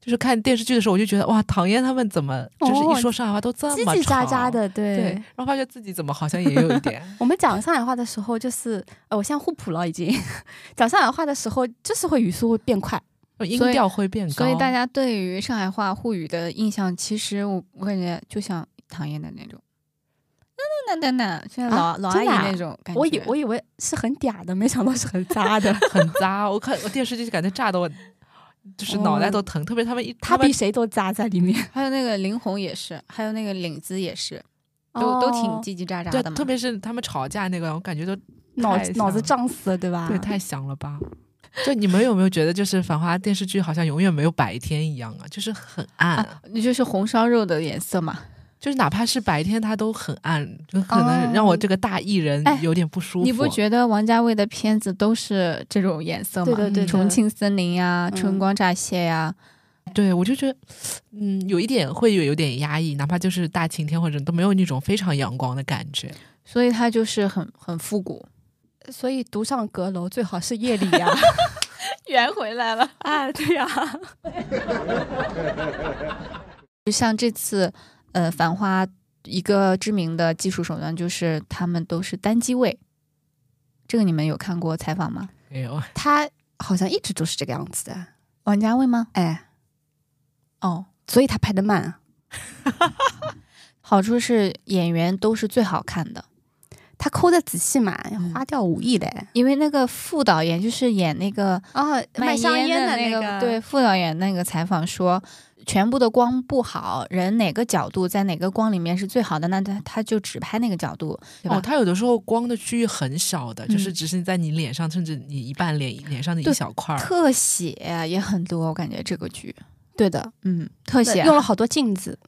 [SPEAKER 3] 就是看电视剧的时候，我就觉得哇，唐嫣他们怎么就是
[SPEAKER 2] 哦
[SPEAKER 3] 一说上海话都这么
[SPEAKER 2] 叽叽喳喳
[SPEAKER 3] 长。
[SPEAKER 2] 的，对
[SPEAKER 3] 对，然后发觉自己怎么好像也有一点
[SPEAKER 2] 我们讲上海话的时候，就是呃，我现在互补了已经。 讲上海话的时候，就是会语速会变快。
[SPEAKER 3] 音
[SPEAKER 5] 所以
[SPEAKER 3] 调会变高，
[SPEAKER 5] 所以大家对于上海话沪语的印象，其实我我感觉就像唐嫣的那种，那那那那那，像老、
[SPEAKER 2] 啊
[SPEAKER 5] 老阿
[SPEAKER 2] 真
[SPEAKER 5] 姨
[SPEAKER 2] 的啊
[SPEAKER 5] 那种感觉。
[SPEAKER 2] 我以我以为是很嗲的，没想到是很渣的。
[SPEAKER 3] 很渣。我看我电视剧就感觉炸的我，就是脑袋都
[SPEAKER 5] 哦
[SPEAKER 3] 疼。特别他们一
[SPEAKER 2] 他
[SPEAKER 3] 们
[SPEAKER 2] 比谁都渣在里 面，
[SPEAKER 5] 还有那个林红也是，还有那个领子也是，都、
[SPEAKER 2] 哦
[SPEAKER 5] 都挺叽叽喳
[SPEAKER 3] 对
[SPEAKER 5] 喳的，嘛。
[SPEAKER 3] 特别是他们吵架那个，我感觉都
[SPEAKER 2] 脑
[SPEAKER 3] 太像
[SPEAKER 2] 脑子胀死嗯了，对
[SPEAKER 5] 啊
[SPEAKER 2] 吧？
[SPEAKER 3] 对，太香了吧？就你们有没有觉得，就是《繁花》电视剧好像永远没有白天一样啊？就是很暗，
[SPEAKER 5] 啊，那就是红烧肉的颜色嘛。
[SPEAKER 3] 就是哪怕是白天，它都很暗，就可能让我这个大艺人
[SPEAKER 5] 哦哎
[SPEAKER 3] 有点不舒服。
[SPEAKER 5] 你不觉得王家卫的片子都是这种颜色吗？
[SPEAKER 2] 对的对的，
[SPEAKER 5] 重庆森林呀、
[SPEAKER 2] 嗯
[SPEAKER 5] 春光乍泄呀、
[SPEAKER 3] 对我就觉得，嗯，有一点会有有点压抑，哪怕就是大晴天或者都没有那种非常阳光的感觉。
[SPEAKER 5] 所以它就是很很 复古。
[SPEAKER 2] 所以独上阁楼最好是夜里呀、
[SPEAKER 5] 圆回来 了。
[SPEAKER 2] 啊。对呀、
[SPEAKER 5] 就像这次，呃，繁花一个知名的技术手段就是他们都是单机位，这个你们有看过采访吗？
[SPEAKER 3] 没有，
[SPEAKER 2] 他好像一直都是这个样子的，
[SPEAKER 5] 王家卫吗？
[SPEAKER 2] 哎，
[SPEAKER 5] 哦，
[SPEAKER 2] 所以他拍的慢啊，
[SPEAKER 5] 好处是演员都是最好看的，
[SPEAKER 2] 他抠的仔细嘛，要
[SPEAKER 5] 嗯
[SPEAKER 2] 花掉五亿嘞。
[SPEAKER 5] 因为那个副导演就是演那个
[SPEAKER 2] 哦，卖香
[SPEAKER 5] 烟
[SPEAKER 2] 烟的
[SPEAKER 5] 那
[SPEAKER 2] 个，
[SPEAKER 5] 对，副导演那个采访说。全部的光不好，人哪个角度在哪个光里面是最好的，那他他就只拍那个角度，对吧？
[SPEAKER 3] 哦，它有的时候光的区域很小的，就
[SPEAKER 5] 嗯
[SPEAKER 3] 是只是在你脸上，甚至你一半脸脸上的一
[SPEAKER 5] 对
[SPEAKER 3] 小块儿。
[SPEAKER 5] 特写也很多，我感觉这个剧，
[SPEAKER 2] 对的，
[SPEAKER 5] 嗯，特 写
[SPEAKER 2] 用了好多镜子，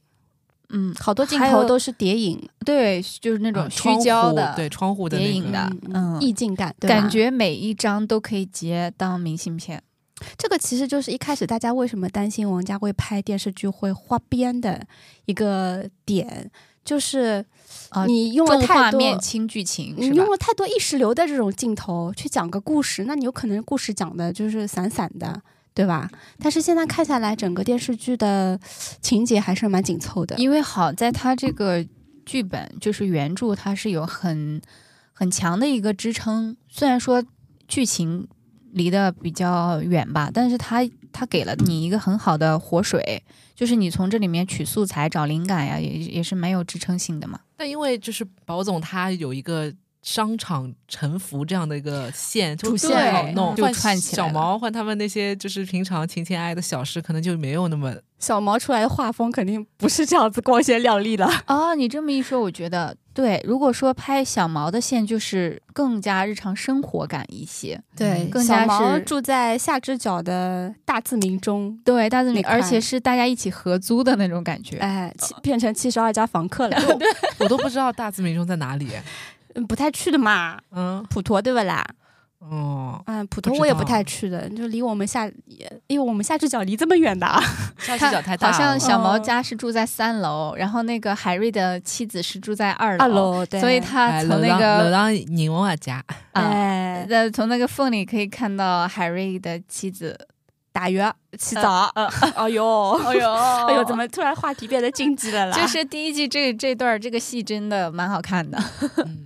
[SPEAKER 5] 嗯，
[SPEAKER 2] 好多镜
[SPEAKER 5] 还有
[SPEAKER 2] 头都是叠影，
[SPEAKER 5] 对，就是那
[SPEAKER 3] 那
[SPEAKER 2] 嗯
[SPEAKER 5] 种虚焦的，
[SPEAKER 3] 对嗯窗户的
[SPEAKER 5] 叠
[SPEAKER 3] 那
[SPEAKER 5] 影
[SPEAKER 3] 个
[SPEAKER 5] 的嗯
[SPEAKER 2] 意境啊感，对吧
[SPEAKER 5] 感觉每一张都可以截当明信片。
[SPEAKER 2] 这个其实就是一开始大家为什么担心王家卫拍电视剧会花边的一个点，就是
[SPEAKER 5] 啊
[SPEAKER 2] 你用了
[SPEAKER 5] 重
[SPEAKER 2] 太
[SPEAKER 5] 画
[SPEAKER 2] 多，
[SPEAKER 5] 面轻剧情
[SPEAKER 2] 你
[SPEAKER 5] 是吧
[SPEAKER 2] 用？了太多意识流的这种镜头去讲个故事，那你有可能故事讲的就是散散的，对吧？但是现在看下来，整个电视剧的情节还是蛮紧凑的。
[SPEAKER 5] 因为好在它这个剧本就是原著，它是有很很强的一个支撑。虽然说剧情离得比较远吧，但是它它给了你一个很好的活水，就是你从这里面取素材、找灵感呀，也也是蛮有支撑性的嘛。
[SPEAKER 3] 但因为就是宝总他有一个商场沉浮这样的一个线，就
[SPEAKER 2] 主
[SPEAKER 3] 更
[SPEAKER 2] 线
[SPEAKER 3] 好弄，
[SPEAKER 5] 就
[SPEAKER 3] 换
[SPEAKER 5] 串起来
[SPEAKER 3] 小
[SPEAKER 5] 了
[SPEAKER 3] 毛换他们那些就是平常情情爱爱的小事，可能就没有那么
[SPEAKER 2] 小毛出来的画风肯定不是这样子光鲜亮丽了。
[SPEAKER 5] 哦，你这么一说，我觉得对。如果说拍小毛的线，就是更加日常生活感一些。
[SPEAKER 3] 对
[SPEAKER 5] 更
[SPEAKER 2] 小
[SPEAKER 5] 加
[SPEAKER 2] 毛
[SPEAKER 5] 是
[SPEAKER 2] 住在夏之角的大自鸣中，
[SPEAKER 5] 对，大字
[SPEAKER 2] 你
[SPEAKER 5] 明，而
[SPEAKER 2] 看
[SPEAKER 5] 且是大家一起合租的那种感觉。
[SPEAKER 2] 哎，七变成七十二家房 客了，
[SPEAKER 3] 我都不知道大字民众在哪里。
[SPEAKER 2] 嗯不太去的嘛。
[SPEAKER 3] 嗯，
[SPEAKER 2] 普陀对不啦？
[SPEAKER 3] 哦，
[SPEAKER 2] 嗯，普
[SPEAKER 3] 不
[SPEAKER 2] 陀
[SPEAKER 3] 知
[SPEAKER 2] 我也不
[SPEAKER 3] 道
[SPEAKER 2] 太去的，就离我们下，也因为我们下只脚离这么远的啊。
[SPEAKER 3] 下
[SPEAKER 5] 他
[SPEAKER 3] 视角太大
[SPEAKER 5] 好
[SPEAKER 3] 了，
[SPEAKER 5] 像小毛
[SPEAKER 2] 哦
[SPEAKER 5] 家是住在三楼，然后那个海瑞的妻子是住在二
[SPEAKER 2] 二楼，对，
[SPEAKER 5] 所以他
[SPEAKER 3] 哎
[SPEAKER 5] 从
[SPEAKER 3] 楼
[SPEAKER 5] 那
[SPEAKER 3] 上楼
[SPEAKER 5] 个
[SPEAKER 3] 上宁我 家，
[SPEAKER 5] 啊，
[SPEAKER 2] 哎
[SPEAKER 5] 呃，从那个缝里可以看到海瑞的妻子
[SPEAKER 2] 打鱼洗
[SPEAKER 5] 呃 哦
[SPEAKER 2] 澡，哎呦，哎
[SPEAKER 5] 呦，
[SPEAKER 2] 哎呦，怎么突然话题 变得禁忌了啦？
[SPEAKER 5] 就，是第一季这这段儿这个戏真的蛮好看的。
[SPEAKER 3] 嗯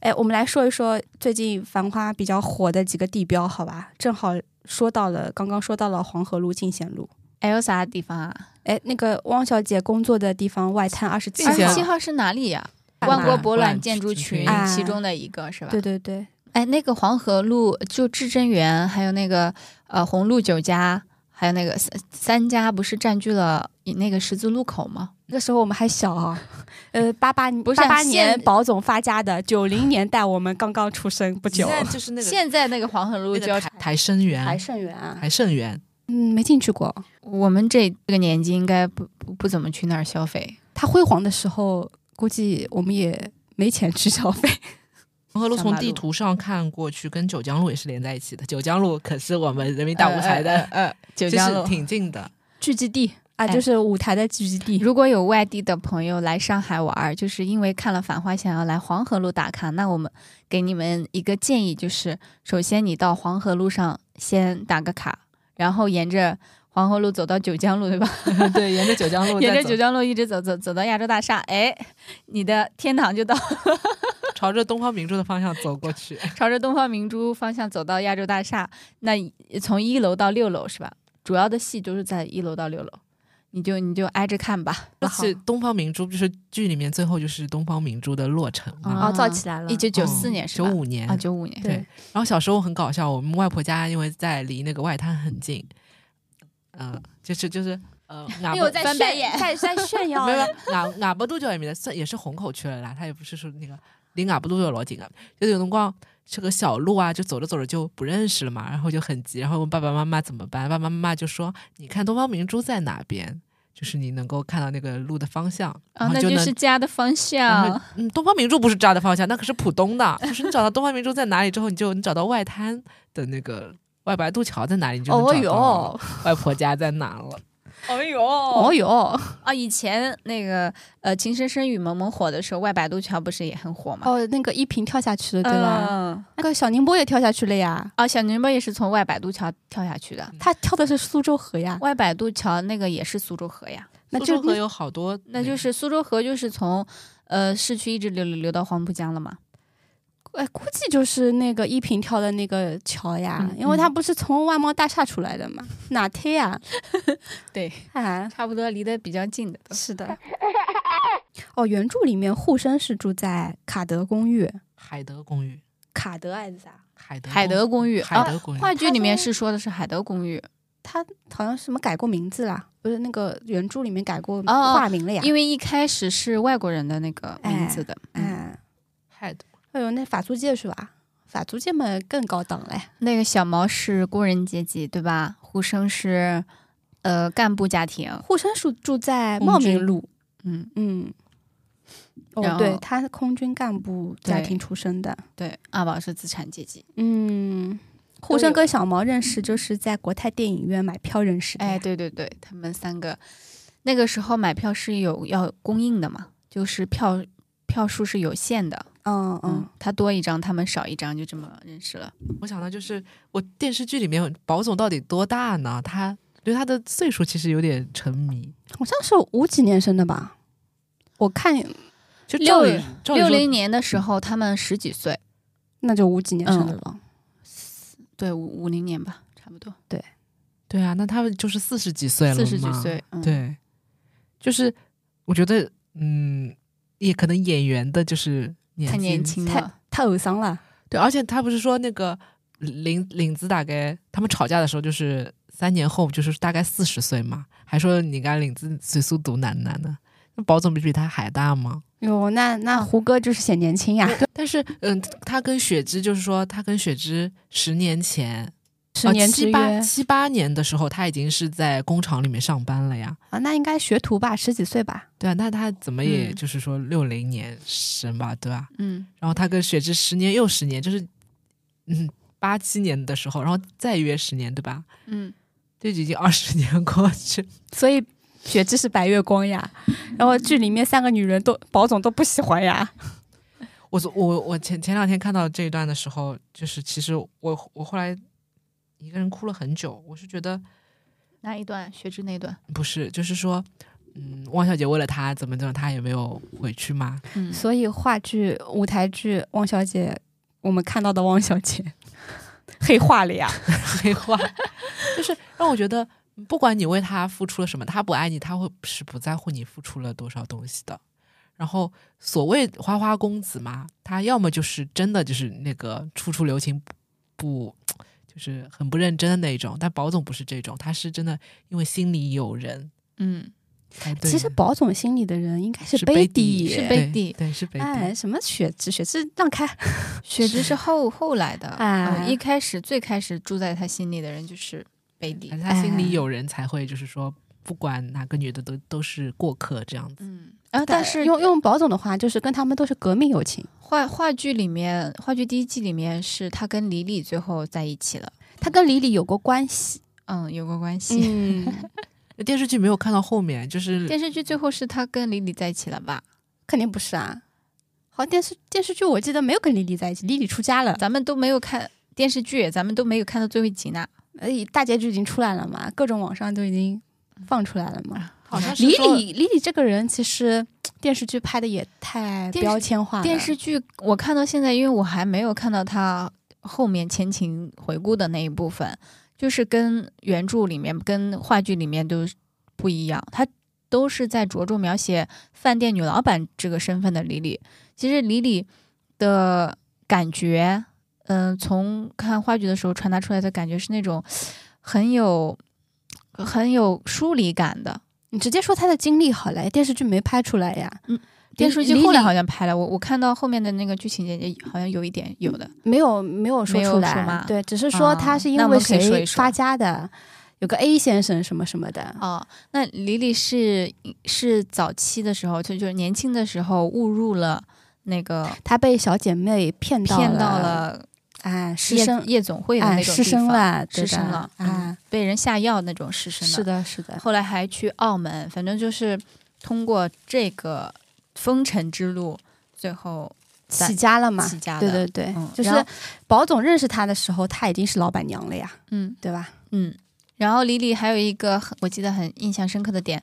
[SPEAKER 2] 哎，我们来说一说最近《繁花》比较火的几个地标，好吧？正好说到了，刚刚说到了黄河路、进贤路。
[SPEAKER 5] 还有啥地方啊？
[SPEAKER 2] 哎，那个汪小姐工作的地方外滩二十七
[SPEAKER 3] 进
[SPEAKER 5] 二
[SPEAKER 3] 贤
[SPEAKER 5] 十
[SPEAKER 3] 路
[SPEAKER 5] 七号是哪里呀、
[SPEAKER 2] 大
[SPEAKER 5] 万
[SPEAKER 2] 马
[SPEAKER 5] 国博
[SPEAKER 3] 万
[SPEAKER 5] 览建筑
[SPEAKER 3] 群
[SPEAKER 5] 群
[SPEAKER 2] 啊
[SPEAKER 5] 其中的一个是吧？
[SPEAKER 2] 对对对，
[SPEAKER 5] 哎，那个黄河路就至臻园，还有那个呃红路酒家，还有那个三三家，不是占据了那个十字路口吗？
[SPEAKER 2] 那时候我们还小 啊，呃，八八
[SPEAKER 5] 不是
[SPEAKER 2] 八
[SPEAKER 5] 啊
[SPEAKER 2] 八年
[SPEAKER 5] 现
[SPEAKER 2] 保总发家的，九零年代我们刚刚出生不久
[SPEAKER 3] 现。在就是那个
[SPEAKER 5] 现在那个黄河路
[SPEAKER 3] 那
[SPEAKER 5] 叫
[SPEAKER 3] 个台台生园，
[SPEAKER 2] 盛园啊，
[SPEAKER 3] 台盛园，
[SPEAKER 2] 嗯，没进去过。
[SPEAKER 5] 我们这这个年纪应该不不不怎么去那儿消费。
[SPEAKER 2] 它辉煌的时候，估计我们也没钱去消费。
[SPEAKER 3] 黄河路
[SPEAKER 5] 小
[SPEAKER 3] 从
[SPEAKER 5] 马
[SPEAKER 3] 地
[SPEAKER 5] 路
[SPEAKER 3] 图上看过去，跟九江路也是连在一起的。九江路可是我们人民大舞台的，
[SPEAKER 5] 呃，呃 九
[SPEAKER 3] 就
[SPEAKER 5] 江
[SPEAKER 3] 是
[SPEAKER 5] 路。
[SPEAKER 3] 挺近 的。
[SPEAKER 2] 聚集地啊，
[SPEAKER 5] 哎
[SPEAKER 2] 就是舞台的聚集 地。
[SPEAKER 5] 如果有外地的朋友来上海玩儿，就是因为看了《繁花》想要来黄河路打卡，那我们给你们一个建议，就是首先你到黄河路上先打个卡，然后沿着黄河路走到九江路， 对吧？
[SPEAKER 3] 对，沿着九江路再走，
[SPEAKER 5] 沿着九江路一直走走走到亚洲大厦，哎，你的天堂就到，
[SPEAKER 3] 朝着东方明珠的方向走过 去。
[SPEAKER 5] 朝着东方明珠方向走到亚洲大厦，那从一楼到六楼是吧？主要的戏就是在一楼到六楼，你就你就挨着看吧，
[SPEAKER 3] 而且东方明珠就是剧里面最后就是东方明珠的落成嘛，嗯
[SPEAKER 5] 啊
[SPEAKER 2] 来了
[SPEAKER 5] 一九九四年是
[SPEAKER 3] 九
[SPEAKER 5] 吧？
[SPEAKER 3] 五年
[SPEAKER 5] 啊，九五年，
[SPEAKER 3] 对然后小时候很搞笑，我们外婆家因为在离那个外滩很近，呃，就是就是呃，
[SPEAKER 5] 没
[SPEAKER 3] 外
[SPEAKER 5] 有
[SPEAKER 3] 婆
[SPEAKER 5] 在
[SPEAKER 2] 翻白
[SPEAKER 5] 炫
[SPEAKER 2] 眼
[SPEAKER 5] 眼，
[SPEAKER 2] 在在炫耀
[SPEAKER 3] 没有，外外婆渡桥里面的算也是虹口区了啦，它也不是说那个离外婆渡桥老近啊，就是有辰光这个小路啊，就走着走着就不认识了嘛，然后就很急，然后问爸爸妈妈怎么办，爸爸妈妈就说你看东方明珠在哪边，就是你能够看到那个路的方向，
[SPEAKER 5] 啊
[SPEAKER 3] 然，后
[SPEAKER 5] 那
[SPEAKER 3] 就能
[SPEAKER 5] 是家的方
[SPEAKER 3] 然
[SPEAKER 5] 向
[SPEAKER 3] 后。，嗯，东方明珠不是扎的方向，那可是浦东的。就是你找到东方明珠在哪里之后，你就能找到外滩的那个外白渡桥在哪里，你就
[SPEAKER 5] 哦哎
[SPEAKER 3] 能找到
[SPEAKER 2] 哟，
[SPEAKER 3] 外婆家在哪了。
[SPEAKER 2] 哎呦，哦哟，
[SPEAKER 5] 啊，以前那个呃，《情深深雨蒙蒙》火的时候，外白渡桥不是也很火吗？
[SPEAKER 2] 哦，那个一平跳下去了，对吧？
[SPEAKER 5] 吧？
[SPEAKER 2] 那个小宁波也跳下去了呀，
[SPEAKER 5] 啊，小宁波也是从外白渡桥跳下去的。
[SPEAKER 2] 他跳的是苏州河呀，
[SPEAKER 5] 外白渡桥那个也是苏州河呀，
[SPEAKER 2] 那
[SPEAKER 3] 苏
[SPEAKER 2] 就
[SPEAKER 3] 州河有好多，
[SPEAKER 5] 那就是苏州河就是从呃市区一直流流流到黄浦江了嘛。
[SPEAKER 2] 哎，估计就是那个一平跳的那个桥呀，
[SPEAKER 5] 嗯
[SPEAKER 2] 因为他不是从万贸大厦出来的嘛，哪天 呀？
[SPEAKER 5] 对，
[SPEAKER 2] 啊，
[SPEAKER 5] 差不多离得比较近的都是。
[SPEAKER 2] 是的。哦，原著里面护生是住在卡德公寓，
[SPEAKER 3] 海德公寓，
[SPEAKER 2] 卡德还是啥？
[SPEAKER 3] 海德
[SPEAKER 5] 海德公寓，
[SPEAKER 3] 海
[SPEAKER 5] 啊
[SPEAKER 3] 德公寓，
[SPEAKER 5] 话剧里面是说的是海德公寓，
[SPEAKER 2] 他好像什么改过名字啦？不是那个原著里面改过
[SPEAKER 5] 哦
[SPEAKER 2] 化名了呀？
[SPEAKER 5] 因为一开始是外国人的那个名字的，嗯
[SPEAKER 2] 哎，
[SPEAKER 3] 海德
[SPEAKER 2] 哎呦，那法租界是吧？法租界嘛更高档嘞。
[SPEAKER 5] 那个小毛是工人阶级，对吧？胡生是呃干部家庭，
[SPEAKER 2] 护生是住在
[SPEAKER 3] 空
[SPEAKER 2] 茂名
[SPEAKER 3] 军
[SPEAKER 2] 路，
[SPEAKER 5] 嗯，
[SPEAKER 2] 嗯，
[SPEAKER 5] 然
[SPEAKER 2] 哦，
[SPEAKER 5] 后
[SPEAKER 2] 对，他是空军干部家
[SPEAKER 5] 对
[SPEAKER 2] 庭出身的，
[SPEAKER 5] 对，阿宝是资产阶级，
[SPEAKER 2] 嗯，
[SPEAKER 5] 都
[SPEAKER 2] 胡生
[SPEAKER 5] 有
[SPEAKER 2] 跟小毛认识就是在国泰电影院买票认识的呀。
[SPEAKER 5] 哎，对对对，他们三个那个时候买票是有要供应的嘛，就是票票数是有限的，
[SPEAKER 2] 嗯嗯，，
[SPEAKER 5] 他多一张，他们少一张，就这么认识了。
[SPEAKER 3] 我想到就是我电视剧里面宝总到底多大呢？他对他的岁数其实有点沉迷，
[SPEAKER 2] 好像是五几年生的吧？我看
[SPEAKER 3] 就照理
[SPEAKER 5] 六
[SPEAKER 3] 照理
[SPEAKER 5] 六
[SPEAKER 3] 说
[SPEAKER 5] 零年的时候，他们十几岁，
[SPEAKER 2] 那就五几年生的了。
[SPEAKER 5] 对，五五零年吧，差不多，
[SPEAKER 3] 对啊，那他们就是四十几岁了嘛，
[SPEAKER 5] 四十几岁，嗯，
[SPEAKER 3] 对，就是我觉得，嗯，也可能演员的就是年
[SPEAKER 5] 太
[SPEAKER 3] 纪
[SPEAKER 5] 年轻
[SPEAKER 2] 太
[SPEAKER 5] 了。
[SPEAKER 2] 太偶像了，
[SPEAKER 3] 对，而且他不是说那个领领子大概他们吵架的时候，就是三年后就是大概四十岁嘛，还说你家领子岁数大男男呢，那宝总不比他还大吗？
[SPEAKER 2] 哟，那那胡歌就是显年轻呀，
[SPEAKER 3] 但是，嗯，他跟雪芝就是说，他跟雪芝十年前，
[SPEAKER 2] 十年
[SPEAKER 3] 呃、
[SPEAKER 5] 哦
[SPEAKER 2] 之
[SPEAKER 3] 七
[SPEAKER 2] 约
[SPEAKER 3] 八七八年的时候，他已经是在工厂里面上班了呀。
[SPEAKER 2] 啊，那应该学徒吧，十几岁吧。
[SPEAKER 3] 对啊，那他怎么也
[SPEAKER 5] 嗯
[SPEAKER 3] 就是说六零年生吧，对吧、
[SPEAKER 5] 嗯，
[SPEAKER 3] 然后他跟雪芝十年又十年，就是嗯八七年的时候，然后再约十年，对吧？
[SPEAKER 5] 嗯，
[SPEAKER 3] 这已经二十年过去，
[SPEAKER 2] 所以雪芝是白月光呀，然后剧里面三个女人都宝总都不喜欢呀。
[SPEAKER 3] 我昨我我前前两天看到这一段的时候，就是其实我我后来一个人哭了很久，我是觉得
[SPEAKER 5] 那一段？学制那一段？
[SPEAKER 3] 不是，就是说嗯，汪小姐为了他怎么怎么，他也没有回去吗？
[SPEAKER 5] 嗯
[SPEAKER 2] 所以话剧、舞台剧，汪小姐，我们看到的汪小姐 黑化了呀。
[SPEAKER 3] 黑化， 就是让我觉得，不管你为他付出了什么，他不爱你，他会是不在乎你付出了多少东西的。然后，所谓花花公子嘛，他要么就是真的就是那个处处留情不不，就是很不认真的那种。但宝总不是这种，他是真的因为心里有人
[SPEAKER 5] 嗯，
[SPEAKER 3] 才对
[SPEAKER 2] 其实
[SPEAKER 3] 的
[SPEAKER 2] 宝总心里的人应该
[SPEAKER 3] 是
[SPEAKER 2] 卑
[SPEAKER 3] 鄙，
[SPEAKER 2] 鄙
[SPEAKER 5] 是
[SPEAKER 3] 对
[SPEAKER 5] 卑鄙
[SPEAKER 3] 对，是卑鄙。
[SPEAKER 2] 哎，什么雪芝，雪芝让开。
[SPEAKER 5] 雪芝是后后来的，
[SPEAKER 2] 哎
[SPEAKER 5] 啊，一开始最开始住在他心里的人就是贝
[SPEAKER 3] 反
[SPEAKER 5] 蒂，
[SPEAKER 3] 正他心
[SPEAKER 2] 哎
[SPEAKER 3] 里有人才会，就是说，不管哪个女的都都是过客这样子。
[SPEAKER 5] 嗯，啊，但
[SPEAKER 2] 但
[SPEAKER 5] 是
[SPEAKER 2] 是用用宝总的话，就是跟他们都是革命友情。
[SPEAKER 5] 话话剧里面，话剧第一季里面是他跟李李最后在一起了，
[SPEAKER 2] 他跟李李有过关系。
[SPEAKER 5] 嗯，有过关系。
[SPEAKER 2] 嗯，
[SPEAKER 3] 那电视剧没有看到后面，就是
[SPEAKER 5] 电视剧最后是他跟李李在一起了吧？
[SPEAKER 2] 肯定不是啊。好，电视电视剧我记得没有跟李李在一起，李李出家了，
[SPEAKER 5] 咱们都没有看电视剧，咱们都没有看到最后一集呢。
[SPEAKER 2] 呃，大结局已经出来了嘛，各种网上都已经放出来了嘛。
[SPEAKER 3] 好像是
[SPEAKER 2] 李
[SPEAKER 3] 说
[SPEAKER 2] 李李李这个人，其实电视剧拍的也太
[SPEAKER 5] 电视
[SPEAKER 2] 标签化了。
[SPEAKER 5] 电视剧我看到现在，因为我还没有看到他后面前情回顾的那一部分，就是跟原著里面、跟话剧里面都不一样，他都是在着重描写饭店女老板这个身份的李李。其实李李的感觉，嗯、从看话剧的时候传达出来的感觉是那种很有很有疏离感的。
[SPEAKER 2] 你直接说他的经历好了，哎电视剧没拍出来呀。
[SPEAKER 5] 嗯
[SPEAKER 2] 李，
[SPEAKER 5] 电视剧
[SPEAKER 2] 李
[SPEAKER 5] 后来
[SPEAKER 2] 李
[SPEAKER 5] 好像拍了，我我看到后面的那个剧情简介，好像有一点有的。
[SPEAKER 2] 没有没有说
[SPEAKER 5] 没有
[SPEAKER 2] 出
[SPEAKER 5] 说
[SPEAKER 2] 来
[SPEAKER 5] 吗，
[SPEAKER 2] 对，只是说
[SPEAKER 5] 啊
[SPEAKER 2] 他是
[SPEAKER 5] 那
[SPEAKER 2] 因
[SPEAKER 5] 我
[SPEAKER 2] 为
[SPEAKER 5] 们可以说
[SPEAKER 2] 谁
[SPEAKER 5] 一说
[SPEAKER 2] 发家的，有个 A 先生什么什么的，
[SPEAKER 5] 哦，那李李是是早期的时候，就就是年轻的时候误入了那个
[SPEAKER 2] 他被小姐妹骗到
[SPEAKER 5] 骗
[SPEAKER 2] 了，
[SPEAKER 5] 到了
[SPEAKER 2] 哎，失
[SPEAKER 5] 夜
[SPEAKER 2] 身，
[SPEAKER 5] 夜总会的
[SPEAKER 2] 哎，
[SPEAKER 5] 那种地
[SPEAKER 2] 失身
[SPEAKER 5] 方，
[SPEAKER 2] 了，对
[SPEAKER 5] 失
[SPEAKER 2] 的
[SPEAKER 5] 身了，嗯
[SPEAKER 2] 哎，，
[SPEAKER 5] 被人下药那种失身
[SPEAKER 2] 是的，是的，
[SPEAKER 5] 后来还去澳门，反正就是通过这个封尘之路，最后在
[SPEAKER 2] 起家了嘛，
[SPEAKER 5] 起家的。
[SPEAKER 2] 对对对
[SPEAKER 5] 嗯，
[SPEAKER 2] 就是
[SPEAKER 5] 然后
[SPEAKER 2] 宝总认识他的时候，他已经是老板娘了呀，
[SPEAKER 5] 嗯，
[SPEAKER 2] 对吧？
[SPEAKER 5] 嗯，然后李李还有一个很我记得很印象深刻的点，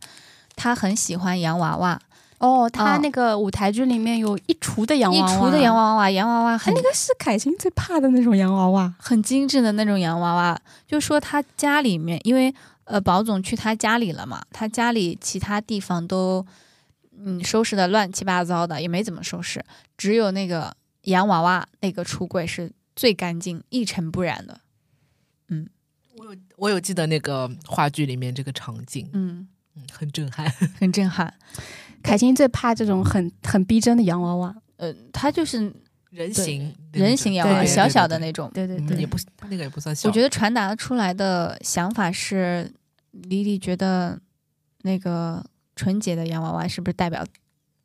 [SPEAKER 5] 她很喜欢洋娃娃，
[SPEAKER 2] 哦，他
[SPEAKER 5] 哦
[SPEAKER 2] 那个舞台剧里面有一橱的洋娃娃，啊
[SPEAKER 5] 一橱的洋，娃娃，洋娃娃
[SPEAKER 2] 他
[SPEAKER 5] 很
[SPEAKER 2] 那个是凯欣最怕的那种洋娃娃，
[SPEAKER 5] 很精致的那种洋娃娃，就说她家里面，因为呃宝总去她家里了嘛，她家里其他地方都嗯收拾的乱七八糟的，也没怎么收拾，只有那个洋娃娃那个橱柜是最干净、一尘不染的。
[SPEAKER 3] 我有记得那个话剧里面这个场景，
[SPEAKER 5] 嗯，
[SPEAKER 3] 嗯，很震 撼。
[SPEAKER 5] 很震撼。
[SPEAKER 2] 凯欣最怕这种很很逼真的洋娃娃，
[SPEAKER 5] 呃，她就是
[SPEAKER 3] 人形，
[SPEAKER 5] 人形洋娃娃，
[SPEAKER 2] 对
[SPEAKER 5] 小小的
[SPEAKER 3] 那
[SPEAKER 5] 那种。
[SPEAKER 2] 对对
[SPEAKER 3] 种，嗯
[SPEAKER 2] 对，
[SPEAKER 3] 也不那个也不算小。
[SPEAKER 5] 我觉得传达出来的想法是，李李觉得那个纯洁的洋娃娃是不是代表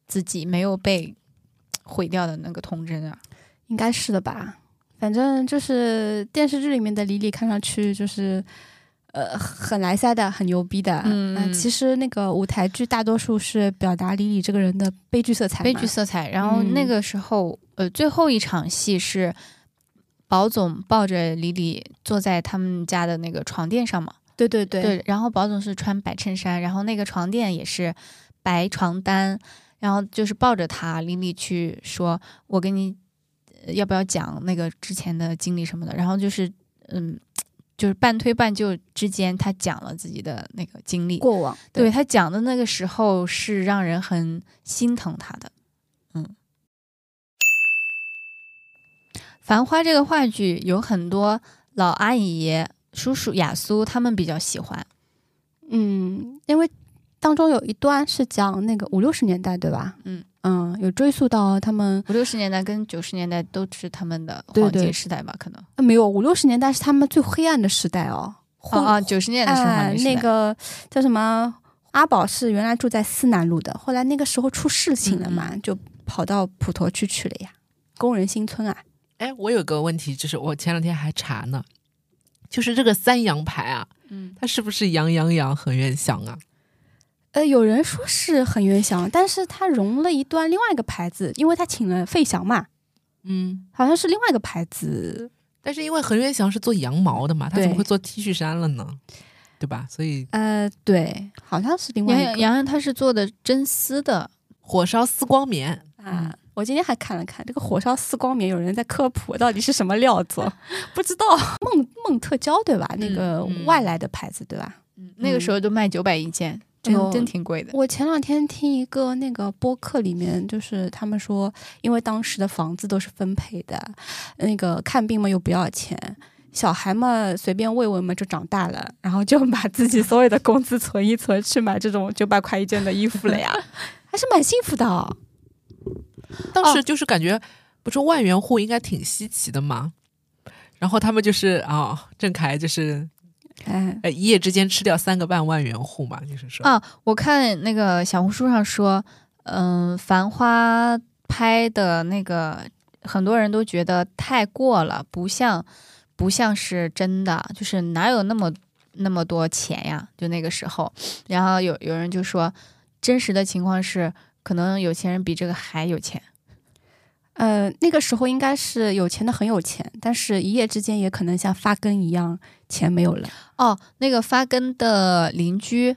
[SPEAKER 5] 自己没有被毁掉的那个童真啊？
[SPEAKER 2] 应该是的吧。反正就是电视剧里面的李李，看上去就是呃很来塞的，很牛逼的。
[SPEAKER 5] 嗯
[SPEAKER 2] 那其实那个舞台剧大多数是表达李李这个人的悲剧色彩嘛。
[SPEAKER 5] 悲剧色彩。然后那个时候，呃，最后一场戏是宝总抱着李李坐在他们家的那个床垫上嘛。
[SPEAKER 2] 对对对，
[SPEAKER 5] 对，然后宝总是穿白衬衫，然后那个床垫也是白床单，然后就是抱着他，丽丽去说：“我跟你呃要不要讲那个之前的经历什么的？”然后就是嗯，就是半推半就之间，他讲了自己的那个经历。
[SPEAKER 2] 过往
[SPEAKER 5] 对他讲的那个时候是让人很心疼他的，嗯。繁花这个话剧有很多老阿姨、叔叔、雅苏他们比较喜欢，
[SPEAKER 2] 嗯，因为当中有一段是讲那个五六十年代，对吧？
[SPEAKER 5] 嗯
[SPEAKER 2] 嗯，有追溯到他们
[SPEAKER 5] 五六十年代跟九十年代都是他们的
[SPEAKER 2] 对
[SPEAKER 5] 黄
[SPEAKER 2] 对
[SPEAKER 5] 金时代吧？可能
[SPEAKER 2] 呃没有五六十年代是他们最黑暗的时代哦。昏
[SPEAKER 5] 啊啊，九十年代是
[SPEAKER 2] 哎
[SPEAKER 5] 黄，金时代。
[SPEAKER 2] 那个叫什么？阿宝是原来住在思南路的，后来那个时候出事情
[SPEAKER 3] 嗯
[SPEAKER 2] 了嘛，就跑到普陀区去了呀，工人新村啊。
[SPEAKER 3] 哎，我有个问题，就是我前两天还查呢，就是这个三羊牌啊，
[SPEAKER 5] 嗯，
[SPEAKER 3] 它是不是羊羊羊很远响啊？
[SPEAKER 2] 呃，有人说是很原祥，但是他融了一段另外一个牌子，因为他请了费翔嘛，
[SPEAKER 3] 嗯，
[SPEAKER 2] 好像是另外一个牌子。
[SPEAKER 3] 但是因为恒源祥是做羊毛的嘛，他
[SPEAKER 2] 对
[SPEAKER 3] 怎么会做 T 恤衫了呢？对吧？所以
[SPEAKER 2] 呃，对，好像是另
[SPEAKER 5] 杨
[SPEAKER 2] 外
[SPEAKER 5] 洋
[SPEAKER 2] 一个
[SPEAKER 5] 洋洋他是做的真丝的，
[SPEAKER 3] 火烧丝光棉，
[SPEAKER 2] 啊。我今天还看了看这个火烧丝光棉，有人在科普到底是什么料 子，不知道梦梦特娇对吧？那个
[SPEAKER 3] 嗯
[SPEAKER 2] 外来的牌子对吧？
[SPEAKER 5] 那个时候都卖九百一件，真
[SPEAKER 2] 哦
[SPEAKER 5] 真挺贵的。
[SPEAKER 2] 我前两天听一个那个播客里面，就是他们说，因为当时的房子都是分配的，那个看病嘛又不要钱，小孩嘛随便喂喂嘛就长大了，然后就把自己所有的工资存一存去买这种九百块一件的衣服了呀， 还是蛮幸福的哦、
[SPEAKER 3] 当
[SPEAKER 5] 哦
[SPEAKER 3] 时就是感觉，不是万元户应该挺稀奇的嘛。然后他们就是啊、郑恺就是
[SPEAKER 2] 哎，
[SPEAKER 3] 呃一夜之间吃掉三个半万元户嘛，就是说，
[SPEAKER 5] 啊，我看那个小红书上说，嗯、繁花》拍的那个，很多人都觉得太过了，不像不像是真的，就是哪有那么那么多钱呀？就那个时候，然后有有人就说，真实的情况是，可能有钱人比这个还有钱。
[SPEAKER 2] 呃，那个时候应该是有钱的很有钱，但是一夜之间也可能像发根一样，钱没有了。
[SPEAKER 5] 哦，那个发根的邻居